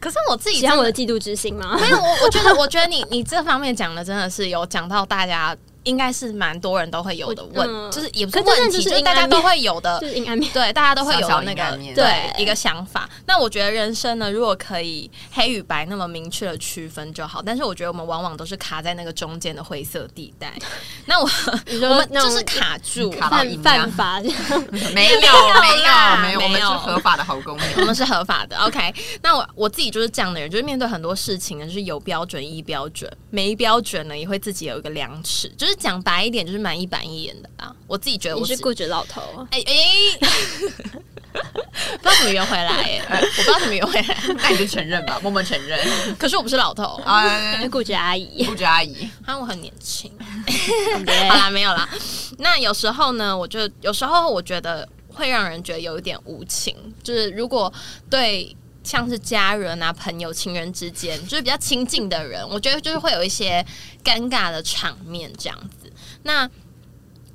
A: 可是我自己
C: 喜欢
A: 真
C: 我
A: 的
C: 的嫉妒之
A: <laughs>
C: 心吗？
A: 没有，我我觉得，我觉得你你这方面讲的真的是有讲到大家应该是蛮多人都会有的
C: 我
A: 问，
C: 嗯
A: 就是也不
C: 可
A: 是
C: 真的
A: 问
C: 就
A: 题，
C: 是
A: 就是
C: 阴
A: 大
C: 暗
A: 家都
C: 面
A: 会有的，
C: 就是阴暗面，
A: 对，大家都会有
B: 小小
A: 那
B: 阴暗
A: 个
B: 面
A: 对
C: 对
A: 一个想法。那我觉得人生呢，如果可以黑与白那么明确的区分就好，但是我觉得我们往往都是卡在那个中间的灰色地带。那我
C: 你
A: 我
C: 说
A: 们
C: 那嗯
A: 就
C: 种
A: 是卡住，
B: 卡到
C: 犯
B: 阴
C: 犯
B: 阳
C: 法这样，
B: 没有没有
A: 啦
B: 没有，我们
A: 没有
B: 是合法的好公民。
A: 我们是合法的。OK，那我我自己就是这样的人，就是面对很多事情呢，就是有标准一标准，没标准呢也会自己有一个量尺，就是讲白一点，就是蛮一板一眼的啦。我自己觉得
C: 你
A: 我
C: 是
A: 自己
C: 固执老头。
A: 哎哎。不知道怎么圆回来哎、我不知道怎么圆回来。
B: 那你就承认吧，默默承认。
A: 可是我不是老头啊，
B: 啊，
C: 固执阿姨，
B: 不止阿姨，
A: 我很年轻。
C: 对
A: 好啦，没有啦。那有时候呢，我就有时候我觉得会让人觉得有一点无情，就是如果对像是家人啊、朋友、情人之间，就是比较亲近的人，我觉得就是会有一些尴尬的场面这样子。那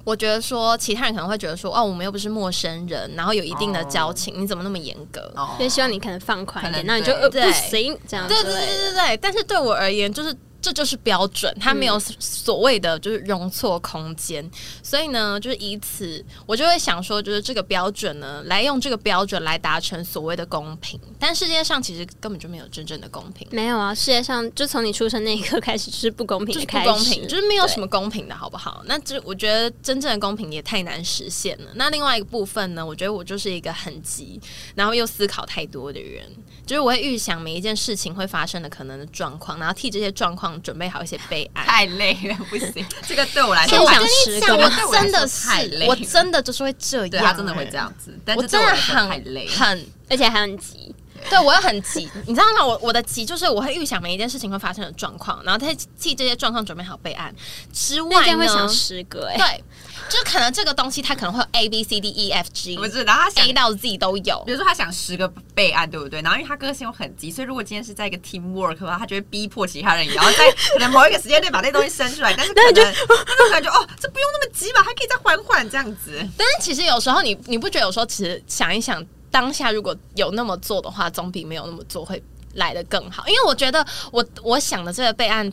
A: 我觉得说，其他人可能会觉得说，哦，我们又不是陌生人，然后有一定的交情，你怎么那么严格？
B: 哦
C: 所以希望你可能放宽一点，
B: 可能
C: 那你就呃
A: 对
C: 不行这样之
A: 对对
C: 类的嗯
A: 对对对，但是对我而言，就是这就是标准，它没有所谓的就是容错空间。所以呢，就是以此我就会想说，就是这个标准呢，来用这个标准来达成所谓的公平。但世界上其实根本就没有真正的公平，
C: 没有啊，世界上就从你出生那一刻开始就是不公平
A: 就
C: 的
A: 是不
C: 开始，
A: 公平，就是没有什
C: 么。
A: 么公平的好不好？那这我觉得真正的公平也太难实现了。那另外一个部分呢，我觉得我就是一个很急，然后又思考太多的人，就是我会预想每一件事情会发生的可能的状况，然后替这些状况准备好一些备案。
B: <laughs> 太累了，不行，这个对我来
A: 哎
B: 说，
C: 先
A: 我
B: 我
C: 想
A: 跟你
C: 十
A: 讲，
C: 个
A: 我
C: 吧
B: 对我来
A: 真的
B: 说
A: 是
B: 太累，
A: 我真的啊就是会这
B: 对
A: 样，
B: 他真的会这样子，但
A: 我
B: 是对
A: 真的
B: 来说
A: 很
B: 太累，
A: 很
C: 而且还很急，
A: 对我也很急，你知道吗？我我的急就是我会预想每一件事情会发生的状况，然后再替这些状况准备好备案。之
C: 那这
A: 外
C: 样
A: 呢
C: 会，想十个哎、
A: 对，就是可能这个东西它可能会有 A B C D E F G
B: 不是，然后他想
A: A。到 Z 都有
B: 比。如说，他想十个备案，对不对？然后因为他个性又很急，所以如果今天是在一个 team work 的话，他就会逼迫其他人，也要在可能某一个时间内把那东西生出来。但是可能，但是可 <laughs> 能就哦，这不用那么急吧，还可以再缓缓这样子。
A: 但是其实有时候你你不觉得有时候其实想一想，当下如果有那么做的话，总比没有那么做会来的更好。因为我觉得我我想的这个备案，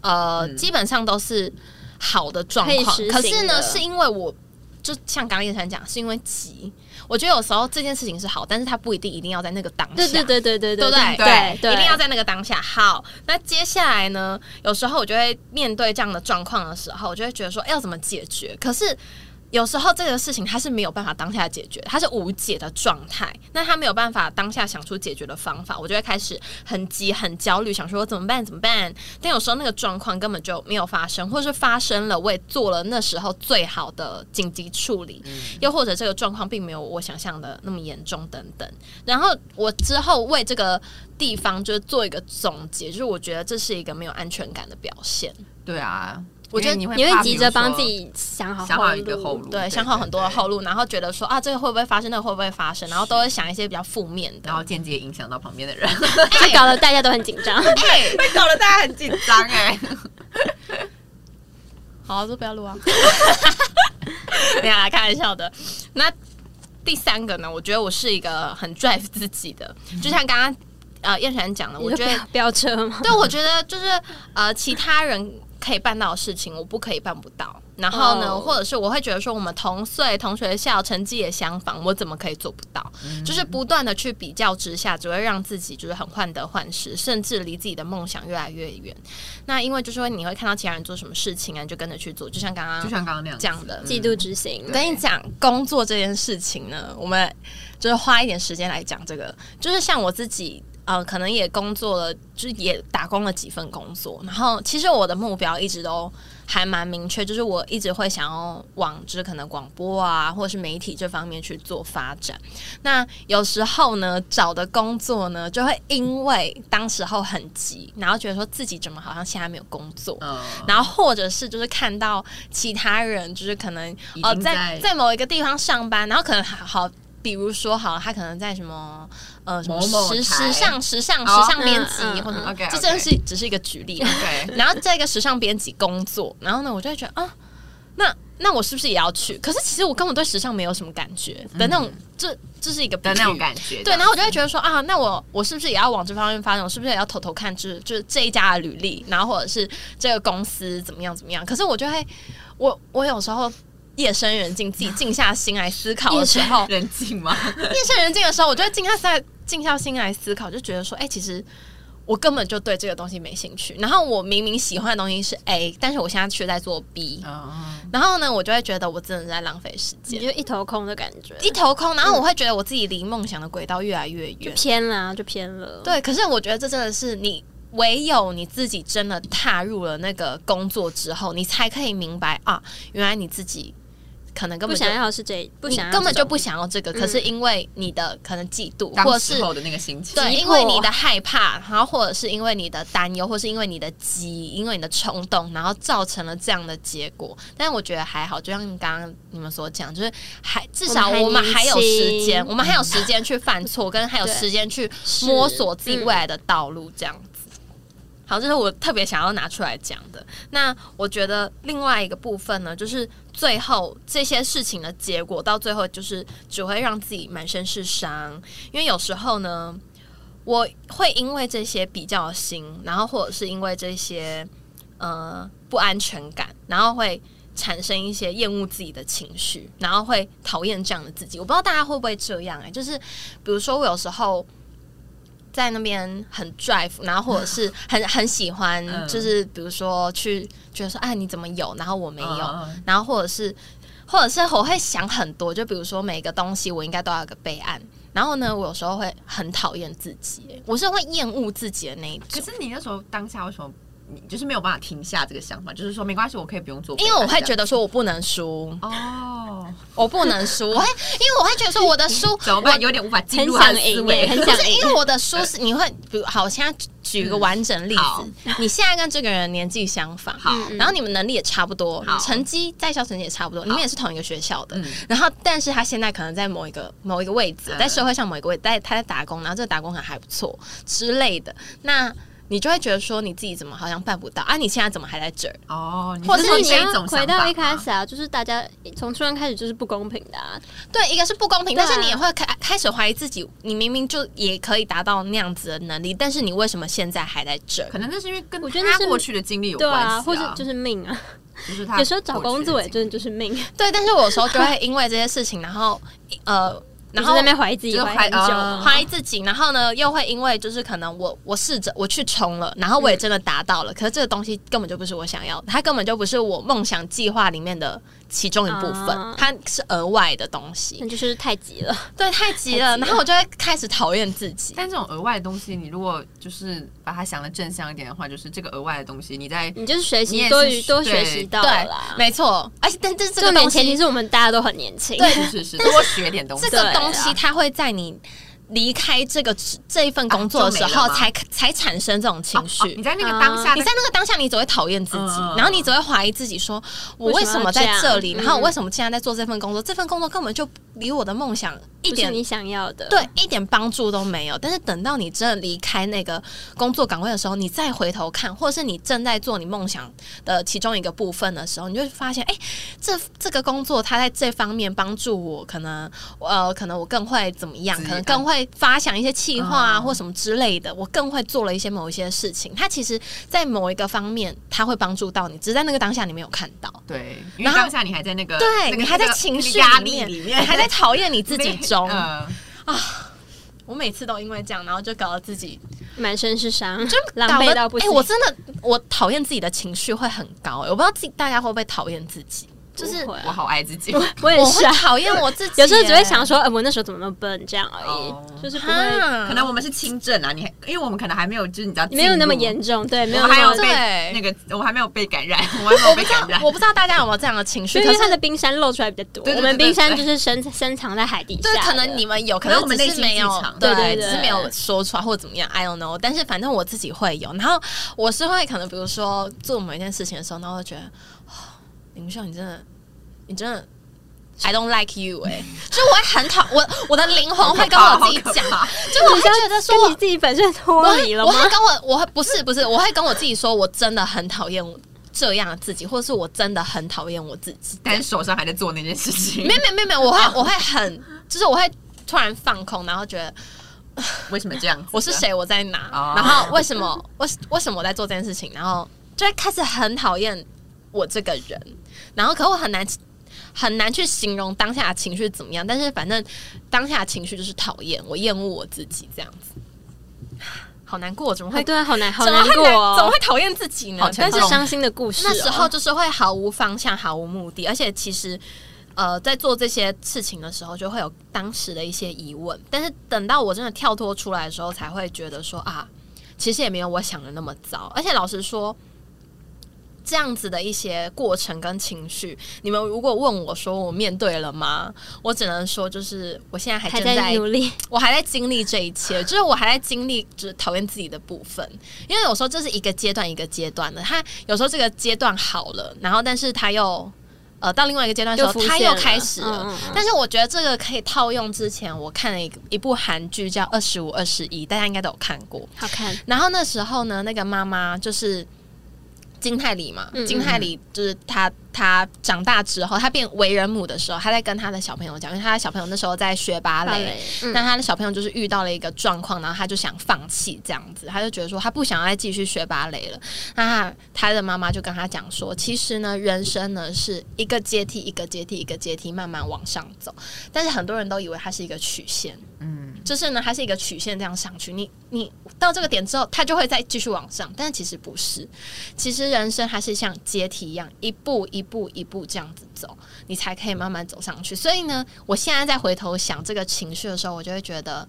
A: 呃，
B: 嗯
A: 基本上都是好的状
C: 可以
A: 况。
C: 实
A: 可是
C: 行
A: 呢，
C: 的
A: 是因为我就像刚刚叶晨讲，是因为急。我觉得有时候这件事情是好，但是它不一定一定要在那个当下。
C: 对对对对对
A: 对不对
C: 对对对，
A: 一定要在那个当下。好，那接下来呢？有时候我就会面对这样的状况的时候，我就会觉得说，哎要怎么解决？可是有时候这个事情它是没有办法当下解决，它是无解的状态。那他没有办法当下想出解决的方法，我就会开始很急、很焦虑，想说怎么办？怎么办？但有时候那个状况根本就没有发生，或是发生了，我也做了那时候最好的紧急处理，又或者这个状况并没有我想象的那么严重等等。然后我之后为这个地方就是做一个总结，就是我觉得这是一个没有安全感的表现。
B: 对啊，
A: 我觉得
B: 因为
C: 你
B: 会怕
C: 会急着帮自
B: 比
C: 己想
B: 如
C: 好
B: 说想好一个后路，
A: 对，想好很多的后路，然后觉得说啊，这个会不会发生，那个会不会发生，然后都会想一些比较负面的。
B: 然后间接影响到旁边的人，
C: 就搞得大家都很紧张。
A: 哎、
B: 会搞得大家很紧张哎。
A: 好、啊，都不要录啊！ <laughs> 没有啦，开玩笑的。那第三个呢？我觉得我是一个很 drive 自己的，就像刚刚呃燕璇讲的，我
C: 你
A: 觉
C: 说
A: 得
C: 飙飙车吗？
A: 对，我觉得就是呃，其他人可以办到的事情，我不可以办不到。然后呢
C: 哦
A: 或者是我会觉得说，我们同岁、同学校，成绩也相仿，我怎么可以做不到？
B: 嗯
A: 就是不断的去比较之下，只会让自己就是很患得患失，甚至离自己的梦想越来越远。那因为就是会你会看到其他人做什么事情啊，你就跟着去做，就像刚
B: <laughs> 就
A: 刚
B: 像刚刚那样子，
A: 讲的。
C: 嫉妒之心
A: 我，跟你讲，工作这件事情呢，我们就是花一点时间来讲这个。就是像我自己，呃，可能也工作了，就是也打工了几份工作。然后，其实我的目标一直都还蛮明确，就是我一直会想要往就是可能广播啊，或者是媒体这方面去做发展。那有时候呢，找的工作呢，就会因为当时候很急，然后觉得说自己怎么好像现在没有工作，
B: 嗯，
A: 然后或者是就是看到其他人，就是可能
B: 已经
A: 哦，
B: 在
A: 在在某一个地方上班，然后可能好好。比如说，好，他可能在什么呃什么
B: 某某
A: 时时
B: 台
A: 尚时尚
B: 哦
A: 时尚编辑
C: 嗯嗯
A: 或者什么，
B: OK，OK
A: 这真的是只是一个举
B: <laughs>
A: 例啊。<laughs>
B: 对，
A: 然后在一个时尚编辑工作，然后呢，我就会觉得啊，那那我是不是也要去？可是其实我根本对时尚没有什么感觉的那种，这这是一个比
B: 嗯的那种
A: 喻
B: 感觉，
A: 对，然后我就会觉得说啊，那我我是不是也要往这方面发展？我是不是也要偷偷看，就是就是这一家的履历，然后或者是这个公司怎么样怎么样？可是我就会，我我有时候夜深人静，
B: <laughs>
A: 自己静下心来思考的时候，
B: 人静吗？
A: 夜深人静的时候，我就会静下心来静下心来思考，就觉得说，哎、其实我根本就对这个东西没兴趣。然后我明明喜欢的东西是 A，但是我现在却在做 B，
B: 嗯，
A: 然后呢，我就会觉得我真的在浪费时
C: 你
A: 间。
C: 就一头空的感觉，
A: 一头空，然
B: 嗯
A: 后我会觉得我自己离梦想的轨道越来越
C: 就
A: 远，
C: 偏了，就偏了。，
A: 对，可是我觉得这真的是你。唯有你自己真的踏入了那个工作之后，你才可以明白啊，原来你自己可能根
C: 不
A: 本就
C: 想要是这，不
A: 你
C: 想要
A: 根本
C: 这
A: 就
C: 种
A: 不想要这个，嗯可是因为你的可能嫉妒，或
B: 当
A: 者是
B: 时候的那个心情，
A: 对，
C: 急
A: 因为
C: 迫
A: 你的害怕，然后或者是因为你的担忧，或是因为你的急，因为你的冲动，然后造成了这样的结果。但是我觉得还好，就像刚刚你们所讲，就是还至少
C: 我们还
A: 我们
C: 年
A: 还有时
C: 轻
A: 间，我们还有时间去 <laughs> 犯错，跟还有
C: 对
A: 时间去
C: 是
A: 摸索自己未
C: 嗯
A: 来的道路，这样子。好，这是我特别想要拿出来讲的。那我觉得另外一个部分呢，就是最后这些事情的结果，到最后就是只会让自己满身是伤，因为有时候呢，我会因为这些比较心，然后或者是因为这些呃不安全感，然后会产生一些厌恶自己的情绪，然后会讨厌这样的自己。我不知道大家会不会这样哎、就是比如说我有时候。在那边很 drive，然后或者是很很喜欢，
B: 嗯
A: 就是比如说去觉得说，哎，你怎么有，然后我没有，
B: 嗯嗯
A: 然后或者是或者是我会想很多，就比如说每个东西我应该都要有个备案。然后呢，我有时候会很讨厌自己，我是会厌恶自己的那一
B: 可
A: 种，
B: 是你那时候当下为什么你就是没有办法停下这个想法？就是说没关系，我可以不用做备
A: 因
B: 案，
A: 为我会觉
B: 得
A: 得说我不能输，
B: 啊哦，
A: 我不能输， <laughs> 我会因为我会觉得说我的输
B: <laughs> 怎么办？有点无法进
C: 很
B: 入他
C: 想
B: 的思
C: 赢耶，
B: 维。
C: 很
A: 不
C: 想
A: 是
C: 赢
A: 因。为我的输是你会，比如好，我现在举一个完整例
B: 嗯好
A: 子，你现在跟这个人年纪相仿，
B: 好，
C: 嗯
A: 然后你们能力也差不多
B: 好，
A: 成绩在校成绩也差不多，你们也是同一个学校的
B: 嗯。
A: 然后，但是他现在可能在某一个某一个位置
B: 嗯，
A: 在社会上某一个位置，在他在打工，然后这个打工可能还不错之类的。那你就会觉得说你自己怎么好像办不到啊？你现在怎么还在这儿？
B: <laughs> 哦，你
A: 或
C: 可
A: 者
B: 说
C: 是你
B: 这
C: 要
B: 种
C: 回
B: 想
C: 到
B: 法
C: 一开
B: 吗
C: 始啊，就是大家从出生开始就是不公平的啊，
A: 对，一个是不公平，
C: 对啊
A: 但是你也会开开始怀疑自己，你明明就也可以达到那样子的能力，但是你为什么现在还在这儿？
B: 可能那是因为跟
C: 我觉得那
B: 他
C: 是
B: 过去的经历有
C: 对
B: 关系、
C: 啊，或者就是命啊。
B: 就是他
C: 有时候找
B: 过去
C: 工
B: 的
C: 作
B: 经
C: 也
B: 历
C: 真的就是命，啊
A: 对，但是我有时候 <laughs> 就会因为这些事情，然后呃，然
C: 就是
A: 后
C: 在那边怀疑自己
B: 就是
C: 怀
B: 怀
C: 很久，
B: 哦
A: 怀疑自己，然后呢，又会因为就是可能我我试着我去冲了，然后我也真的达到了，可是这个东西根本就不是我想要的，它根本就不是我梦想计划里面的其中一部分，
C: 啊
A: 它是额外的东西
C: 那。就是太急了。
A: 对，嗯太急了，
C: 太急了
A: 然后我就会开始讨厌自己。
B: 但这种额外的东西，你如果就是把它想的正向一点的话，就是这个额外的东西，你在
C: 你就是学
B: 你也
C: 习
B: 是
C: 多余
B: 学
C: 多学习到了
A: 对
C: 啦，。
A: 没错，而且但这这
C: 重
A: 个
C: 点
A: 东
C: 前提
A: 西，
C: 是我们大家都很年 <laughs> 轻，
B: 是是是多学点东西哦
A: 这。个
C: 对
A: 东
B: 啊
A: 西它会在你离开这个职这一份工作的时
B: 啊就没
A: 候
B: 了吗
A: 才，才产生这种情绪。
B: 哦哦你在那个
C: 嗯
B: 当下，
A: 你在那个当下，你只会讨厌自己，
B: 嗯
A: 然后你只会怀疑自己说，我为什么在这里？
C: 为什么要这样
A: 然后我为什么现在在做这份工作？这份工作根本就离我的梦想一
C: 不是
A: 点
C: 你想要的。
A: 对一点帮助都没有。但是等到你真的离开那个工作岗位的时候，你再回头看，或者是你正在做你梦想的其中一个部分的时候，你就会发现，哎、这这个工作它在这方面帮助我，可能呃，可能我更会怎么样，
B: 职
A: 可能更会发想一些企划啊、
B: 嗯
A: 或什么之类的，我更会做了一些某一些事情。它其实，在某一个方面，它会帮助到你，只是在那个当下你没有看到。
B: 对，因为
A: 然后
B: 当下你还在那个，
A: 对
B: 那个
A: 你还在
B: 那个
A: 情绪
B: 压
A: 里
B: 力
A: 面
B: 里
A: 你
B: 面，
A: 还在讨厌你自己 <laughs> 中，
B: 嗯
A: 我每次都因为这样，然后就搞得自己
C: 满身是伤，
A: 就
C: 狼
A: 搞得
C: 狈到不
A: 哎、
C: 行。
A: 我真的，我讨厌自己的情绪会很高、哎我不知道自己大家会不会讨厌自己，就是
C: 不会啊
B: 我好爱自己。
C: <laughs> 我也
A: 我
C: 是
A: 会
C: 啊，
A: 讨厌我自己、
C: 有时候只会
A: 哎
C: 想，说，呃，我那时候怎么那么笨，这样而
B: 哦
C: 已，就是不会
A: 哈
B: 可能我们是轻症啊，你还因为我们可能还没有，就是你知道
C: 没有那么
B: 进入
C: 严，重，对，没
B: 我
C: 有
B: 们还有
C: 那么。
A: 对
B: 被那个，我还没有被感染，
C: <laughs>
B: 我还没有被感染。
A: 我不知道大家有没有这样的情绪，
C: 所以
A: 可是
C: 它的冰山露出来比较多，
B: 对对
C: 我们
B: 对对
C: 冰山
B: 对
C: 就是深深藏在海底下
A: 对
C: 的。，
A: 可能你们有，可
B: 能
A: 能
B: 我们
A: 只
B: 内
A: 是
B: 心
A: 没
B: 剧
A: 有
B: 场，
C: 对对
A: 只是
C: 对
A: 没有说出来或怎么样，I don't know。但是反正我自己会有，然后我是会可能比如说做某一件事情的时候，然后我就觉得，哦林秀你真的，你真的。I don't like you，哎、
B: <laughs>
A: 就我会很讨我我的灵魂会跟我自己讲，
B: 好可怕
C: <laughs>
B: 好可怕
A: 就我会觉得说
C: 跟
A: 我
C: 你自己本身脱
A: 我
C: 离
A: 会
C: 了
A: 我
C: 吗？
A: 会跟我我会不是不是，我会跟我自己说，我真的很讨厌我这样的自己，或者是我真的很讨厌我自己。
B: 但是手上还在做那件事情
A: 没，有没有没有没有，我会我会很，就是我会突然放空，然后觉得
B: 为什么这样子？
A: 我是？谁，我在哪，
B: 哦
A: 然后为什么 <laughs> 为为什么我在做这件事情，然后就会开始很讨厌我这个人，然后可我很难。很难去形容当下的情绪怎么样，但是反正当下的情绪就是讨厌，我厌恶我自己这样子，好难过，怎么
C: 哎
A: 会
C: 对啊，好
A: <laughs>
C: 难，好
A: 怎么
C: 难
A: 会
C: 过
A: 怎么
C: 哦，
A: 会讨厌自己呢
B: 好？沉
A: 但
B: 重
A: 是
C: 好伤心的故事哦。
A: 那时候就是会毫无方向、毫无目的，而且其实。呃，在做这些事情的时候，就会有当时的一些疑问，但是等到我真的跳脱出来的时候，才会觉得说啊，其实也没有我想的那么糟。而且老实说，这样子的一些过程跟情绪，你们如果问我说我面对了吗？我只能说，就是我现在还
C: 还
A: 正
C: 在
A: 在
C: 努力，
A: 我还在经历这一切，就是我还在经历就是讨厌自己的部分，因为有时候这是一个阶段一个阶段的，他有时候这个阶段好了，然后但是他又呃到另外一个阶段的时
C: 又
A: 候，
C: 浮
A: 他
C: 现
A: 又
C: 了
A: 开始了。
C: 嗯嗯嗯
A: 但是我觉得这个可以套用之前我看了一个一部韩剧叫《二十五二十一》，大家应该都有看过。
C: 好看。
A: 然后那时候呢，那个妈妈就是。金泰梨嘛，
C: 嗯嗯
A: 金泰梨就是她，她长大之后，她变为人母的时候，她在跟她的小朋友讲，因为她的小朋友那时候在学芭
C: 芭
A: 蕾
C: 蕾，嗯
A: 那她的小朋友就是遇到了一个状况，然后她就想放弃这样子，她就觉得说她不想要再继续学芭蕾了。那她她的妈妈就跟她讲说，其实呢，人生呢是一个阶梯一个阶梯一个阶梯慢慢往上走，但是很多人都以为它是一个曲线，
B: 嗯，
A: 就是呢它是一个曲线这样上去，你你到这个点之后，它就会再继续往上，但其实不是，其实人生还是像阶梯一样，一步一步一步这样子走，你才可以慢慢走上去。所以呢，我现在再回头想这个情绪的时候，我就会觉得。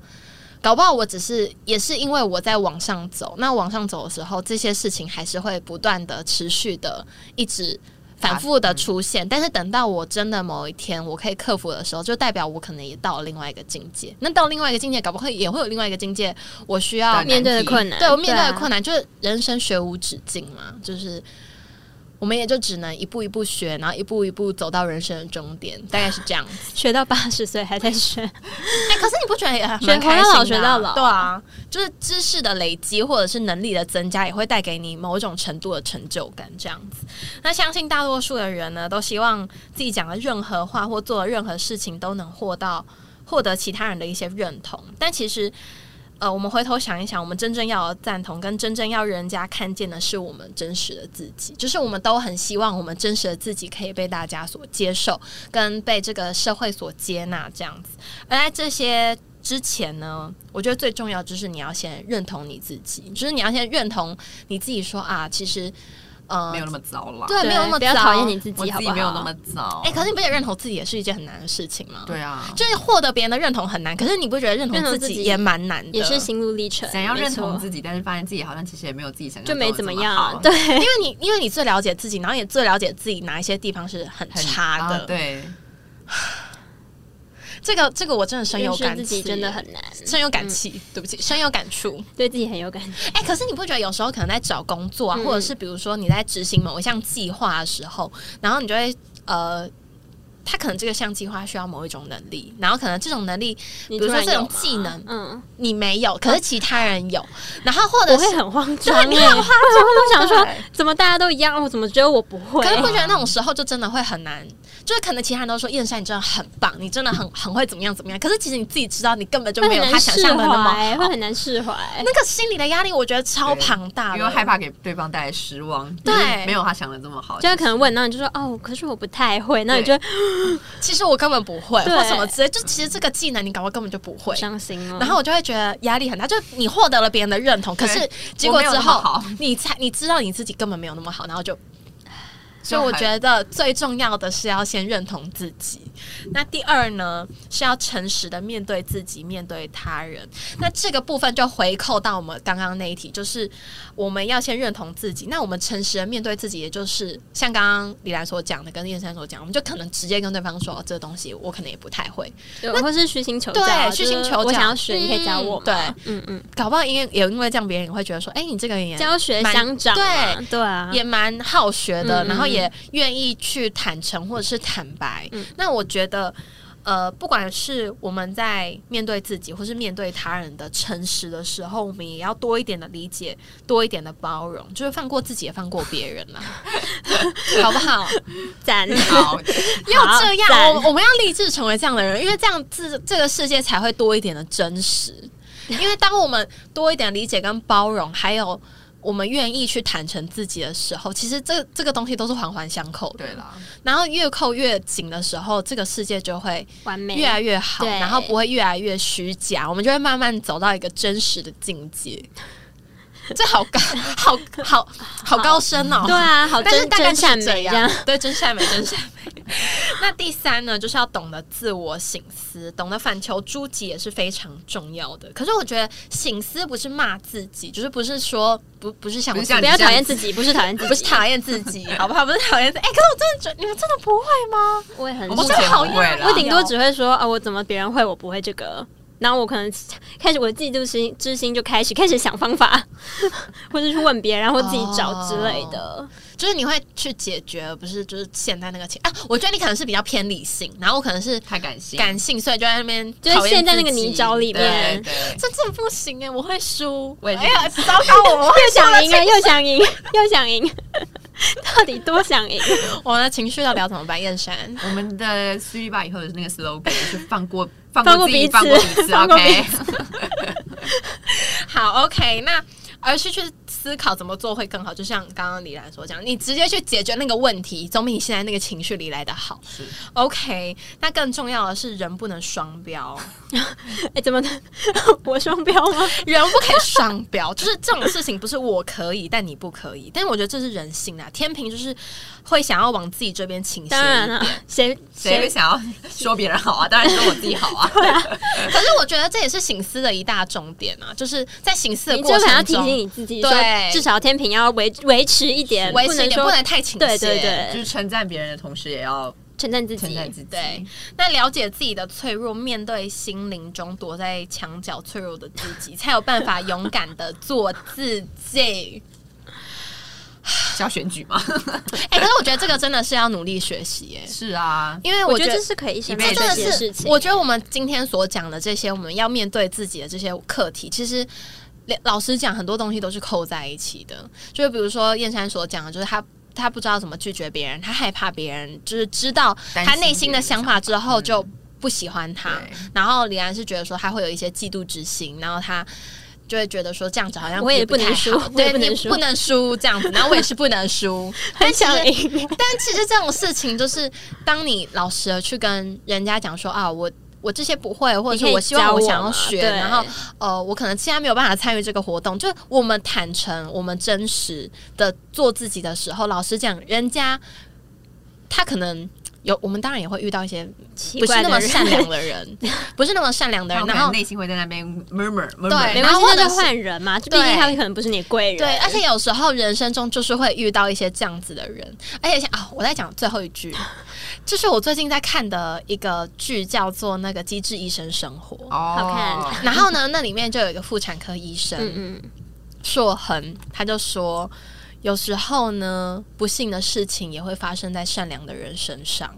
A: 搞不好我只是也是因为我在往上走，那往上走的时候，这些事情还是会不断的、持续的、一直反复的出现。但是等到我真的某一天我可以克服的时候，就代表我可能也到了另外一个境界。那到另外一个境界，搞不好也会有另外一个境界，我需要
B: 对
C: 面对的困难，
A: 对我面对的
C: 啊
A: 困难就是人生学无止境嘛，就是我们也就只能一步一步学，然后一步一步走到人生的终点，大概是这样子。
C: 学到八十岁还在学，
A: 哎、可是你不觉得也还
C: 学
A: 蛮开心的啊、
C: 活到老学到老
A: 对啊，就是知识的累积或者是能力的增加，也会带给你某种程度的成就感，这样子。那相信大多数的人呢，都希望自己讲的任何话或做的任何事情都能获到获得其他人的一些认同，但其实。呃，我们回头想一想，我们真正要的赞同跟真正要人家看见的是我们真实的自己，就是我们都很希望我们真实的自己可以被大家所接受，跟被这个社会所接纳这样子。而在这些之前呢，我觉得最重要就是你要先认同你自己，就是你要先认同你自己说啊，其实呃
B: 没有，那么糟了，
A: <laughs> 对，没有那么
C: 不要
A: 糟
C: 讨厌你自
B: 我
C: 己，好
B: 自己
C: 不好？
B: 没有那么糟。
A: 哎、可是你不觉得认同自己也是一件很难的事情吗？
B: 对啊，
A: 就是获得别人的认同很难，可是你不觉得认同
C: 认同
A: 自
C: 自
A: 己
C: 己
A: 也蛮难的？
C: 也是心路历程，
B: 想要认同
C: 己
B: 自己，但是发现自己好像其实也没有自己想象
C: 就
B: 中
C: 没
B: 的
C: 怎么
B: 么
C: 样
B: 好，
C: 对，
A: 因为你因为你最了解自己，然后也最了解自己哪一些地方是很
B: 很
A: 差的。
B: 啊对，
A: 这个这个我真的深有
C: <laughs> 认识
A: 感
C: 自
A: 激，
C: 己真的很难，
A: 深有感气，对不起，深有感触。
C: 对自己很有感
A: <laughs>
C: 觉，
A: 哎、可是你不觉得有时候可能在找工作啊，
C: 嗯
A: 或者是比如说你在执行某一项计划的时候，然后你就会呃。他可能这个项计划需要某一种能力，然后可能这种能力，
C: 你
A: 比如
C: 突
A: 说
C: 然
A: 这
C: 有
A: 种
C: 吗
A: 技能
C: 嗯，
A: 你没有，可是其他人有，然后或者
C: 我
A: 是
C: 会很慌张欸，
A: <laughs> 你很慌
C: <laughs> 我会想说
A: 对，
C: 怎么大家都一样，我怎么只有我不 <laughs> 会
A: 可？是不觉得那种时候就真的会很难，就是可能其他人都说燕山你真的很棒，你真的很很会怎么样怎么样，可是其实你自己知道你根本就
C: 会
A: 没
C: 很
A: 有
C: 难
A: 他想
C: 释
A: 象的那么
C: 怀，会
A: 好，
C: 很难释怀。
A: 那个心理的压力我觉得超
B: 对
A: 庞大的，
B: 因为害怕给对方带来失望，
A: 对
B: 就是没有他想的这么好，
C: 就是可能问，然后你就说哦，可是我不太会，那你就
B: 对
A: 其实我根本不会
C: 对
A: 或什么之类，就其实这个技能你搞我根本就不会。
C: 伤心哦。
A: 然后我就会觉得压力很大，就是你获得了别人的认同，可
B: 嗯对
A: 是结果
B: 我没有
A: 之
B: 那么
A: 后
B: 好，
A: 你才你知道你自己根本没有那么好，然后就，所
B: 就
A: 以我
B: 很
A: 觉得最重要的是要先认同自己。那第二呢，是要诚实的面对自己，面对他人。那这个部分就回扣到我们刚刚那一题，就是我们要先认同自己。那我们诚实的面对自己，也就是像刚刚李兰所讲的，跟燕山所讲，我们就可能直接跟对方说，哦、这个东西我可能也不太会。
C: 对或是虚心求教，
A: 对虚
C: 就是
A: 心求教
C: 我想要学，你可以教我吗？
A: 对
C: 嗯嗯，
A: 搞不好因为也因为这样，别人也会觉得说，哎、你这个也
C: 教学相长嘛，
A: 蛮
C: 对啊，
A: 也蛮好学的，
C: 嗯嗯
A: 然后也愿意去坦诚或者是坦白。
C: 嗯
A: 那我觉得。呃，不管是我们在面对自己，或是面对他人的诚实的时候，我们也要多一点的理解，多一点的包容，就是放过自己，也放过别人
C: <laughs>
A: 啦，好不好？
C: 赞。
B: 好，
A: 要这
C: 赞
A: 样，我我们要立志成为这样的人，因为这样子这个世界才会多一点的真实。因为当我们多一点理解跟包容，还有我们愿意去坦诚自己的时候，其实这这个东西都是环环相扣的。
B: 对啦，
C: <laughs>
A: 然后越扣越紧的时候，这个世界就会
C: 完美，
A: 越来越好，
C: 对
A: 然后不会越来越虚假，我们就会慢慢走到一个真实的境界。这好高，好好好高深哦！
C: <laughs> 对啊，好
A: 但是
C: 真
A: 大概
C: 真
A: 就是
C: 善
A: 这
C: 美
A: 样 <laughs>
C: 这样。，
A: 对，真善美，真善美。 <laughs> 那第三呢，就是要懂得自我省思，懂得反求诸己也是非常重要的。可是我觉得省思不是骂自己，就是不是说不不是像我
B: 不是像你
C: 不
A: 不
C: 要
A: 要
B: 这样
C: 讨厌自己，不是讨厌自己，
A: 不是讨厌自己，好不好？不是讨厌自己。哎、可是我真的觉得你们真的不会吗？
C: 我也很
B: 我
A: 我
B: 目
A: 真
B: 前
A: 的好
B: 不
A: 压
B: 会
A: 抑
B: 啦
A: 哦
C: 我顶多只会说啊，我怎么别人会我不会这个，然后我可能开始我自己就是知心就开始开始想方法， <laughs> 或者去问别人，然后自己找之类的。
A: 就是你会去解决，而不是就是陷在那个情啊。我觉得你可能是比较偏理性，然后我可能是
B: 太感性，
A: 感性，所以就在那边
C: 就是
A: 讨厌
C: 陷在那个
A: 自己
C: 泥沼里
B: 对对
C: 面，
B: 对，
A: 这真的不行哎、我会输。
B: 我也是
A: 哎呀，糟糕，我们会
C: 又
A: 输
C: 想
A: 了
C: <laughs> 赢了，又想赢，又想赢。到底多想赢？
A: 我们的情绪到底要怎么办？燕山，
B: 我们的四一八以后的那个 slogan 就是放过放
C: 放
B: 过
C: 过
B: 自己，
C: 彼
B: 放过
C: 此
B: 彼此。
C: 放过彼
B: OK，
A: <laughs> 好，OK，那。而是去思考怎么做会更好，就像刚刚李兰所讲，你直接去解决那个问题，总比你现在那个情绪里来的好。OK，那更重要的是人不能双
C: <laughs>
A: 标，
C: 哎、怎么的？ <laughs> 我双标吗？
A: 人不可以双标，就是这种事情不是我可以，但你不可以。但是我觉得这是人性啊，天平就是会想要往自己这边倾斜
C: 当然啊
A: 一
C: 了
A: 点。，
C: 谁
B: 谁会
C: 谁
B: 想要说别人好啊？当然说我自己好啊。
A: 可是我觉得这也是醒思的一大重点啊，就是在醒思的
C: 你
A: 过
C: 就
A: 程
C: 想要提
A: 中，
C: 醒你自己，
A: 对
C: 说至少天平要维维持一点，
A: 维持一
C: 不能
A: 点，
C: 说
A: 不能太倾斜。
C: 对对
B: 就
C: 对，
B: 是称赞别人的同时，也要
C: 称赞自
B: 称
C: 己
B: 赞。自己。
A: 对，那了解自己的脆弱，面对心灵中躲在墙角脆弱的自己，才有办法勇敢的做自己。
B: 是要选举吗？
A: <laughs> 哎、可是我觉得这个真的是要努力学习，耶，
B: 是啊，
A: 因为
C: 我
A: 觉
C: 觉
A: 得
C: 得这是可以一起
B: 一
C: 面
B: 辈
A: 这真的
B: 子
C: 对这件
A: 是
C: 事，情。
A: 我觉得我们今天所讲的这些，我们要面对自己的这些课题，其实。老实讲，很多东西都是扣在一起的。就是比如说燕山所讲的，就是他他不知道怎么拒绝别人，他害怕别人，就是知道
B: 担
A: 他
B: 心
A: 内心的
B: 别人
A: 想
B: 想
A: 法之后
B: 嗯
A: 就不喜欢他
B: 对。
C: 嗯
A: 然后李安是觉得说他会有一些嫉妒之心，然后他。就会觉得说这样子好像
C: 我也
A: 不
C: 不能
A: 太
C: 输
A: 好
C: 我也
A: 对
C: 不能
A: 你
C: 输
A: 不能输这样子，然后我也是不能
C: <laughs>
A: 输，但
C: 很
A: 其实
C: 想赢，
A: 但其实这种事情，就是当你老实的去跟人家讲说啊，我我这些不会，或者
C: 你可
A: 是
C: 以
A: 我希望
C: 教我
A: 想要
C: 嘛
A: 学，
C: 对
A: 然后呃，我可能现在没有办法参与这个活动，就我们坦诚，我们真实的做自己的时候，老实讲，人家他可能。有，我们当然也会遇到一些
C: 奇
A: 不是
C: 怪
A: 那
C: 的
A: 么
C: 人
A: 善
C: <laughs>
A: 良的人，不是那么善良的
B: 他
A: 人，
B: 们可
A: 然后
B: 能内心会在那边 murmur
C: 没
B: murmur。
A: 然
C: 关
A: 后
C: 系，
A: 或者
C: 那
A: 是
C: 就换人嘛。就毕
A: 对
C: 竟他可能不是你的贵人，
A: 对，而且有时候人生中就是会遇到一些这样子的人，而且像啊，我在讲最后一句， <laughs> 就是我最近在看的一个剧，叫做那个《机智医生生活》。
B: 哦
C: 好看
A: 然后呢，那里面就有一个妇产科医
C: 嗯
A: 生
C: 嗯，
A: 硕恒，他就说，有时候呢，不幸的事情也会发生在善良的人身上。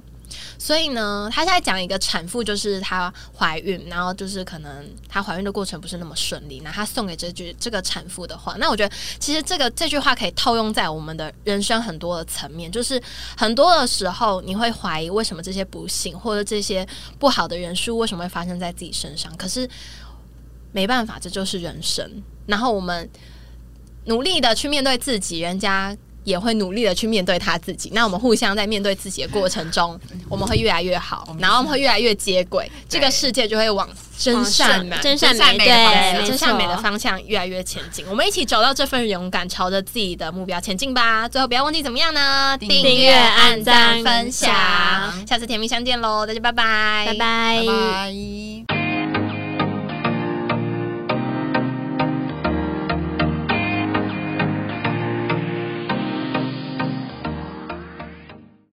A: 所以呢，他现在讲一个产妇，就是她怀孕，然后就是可能她怀孕的过程不是那么顺利，那他送给这句这个产妇的话，那我觉得其实这个这句话可以套用在我们的人生很多的层面，就是很多的时候你会怀疑为什么这些不幸或者这些不好的人数为什么会发生在自己身上，可是没办法，这就是人生。然后我们努力的去面对自己，人家。也会努力的去面对他自己。那我们互相在面对自己的过程中，我们会越来越好，然后我们会越来越接轨，这个世界就会往真
C: 往
A: 善美、
C: 真善
B: 真善
C: 美，
B: 美的方向
C: 对，没
A: 真善美
C: 错
A: 的方向越来越前进。我们一起找到这份勇敢，朝着自己的目标前进吧。最后不要忘记怎么样呢？
B: 订
C: 订阅按赞分享
A: 下次甜蜜相见喽，大家拜拜，
C: 哎拜拜
B: 哎拜拜。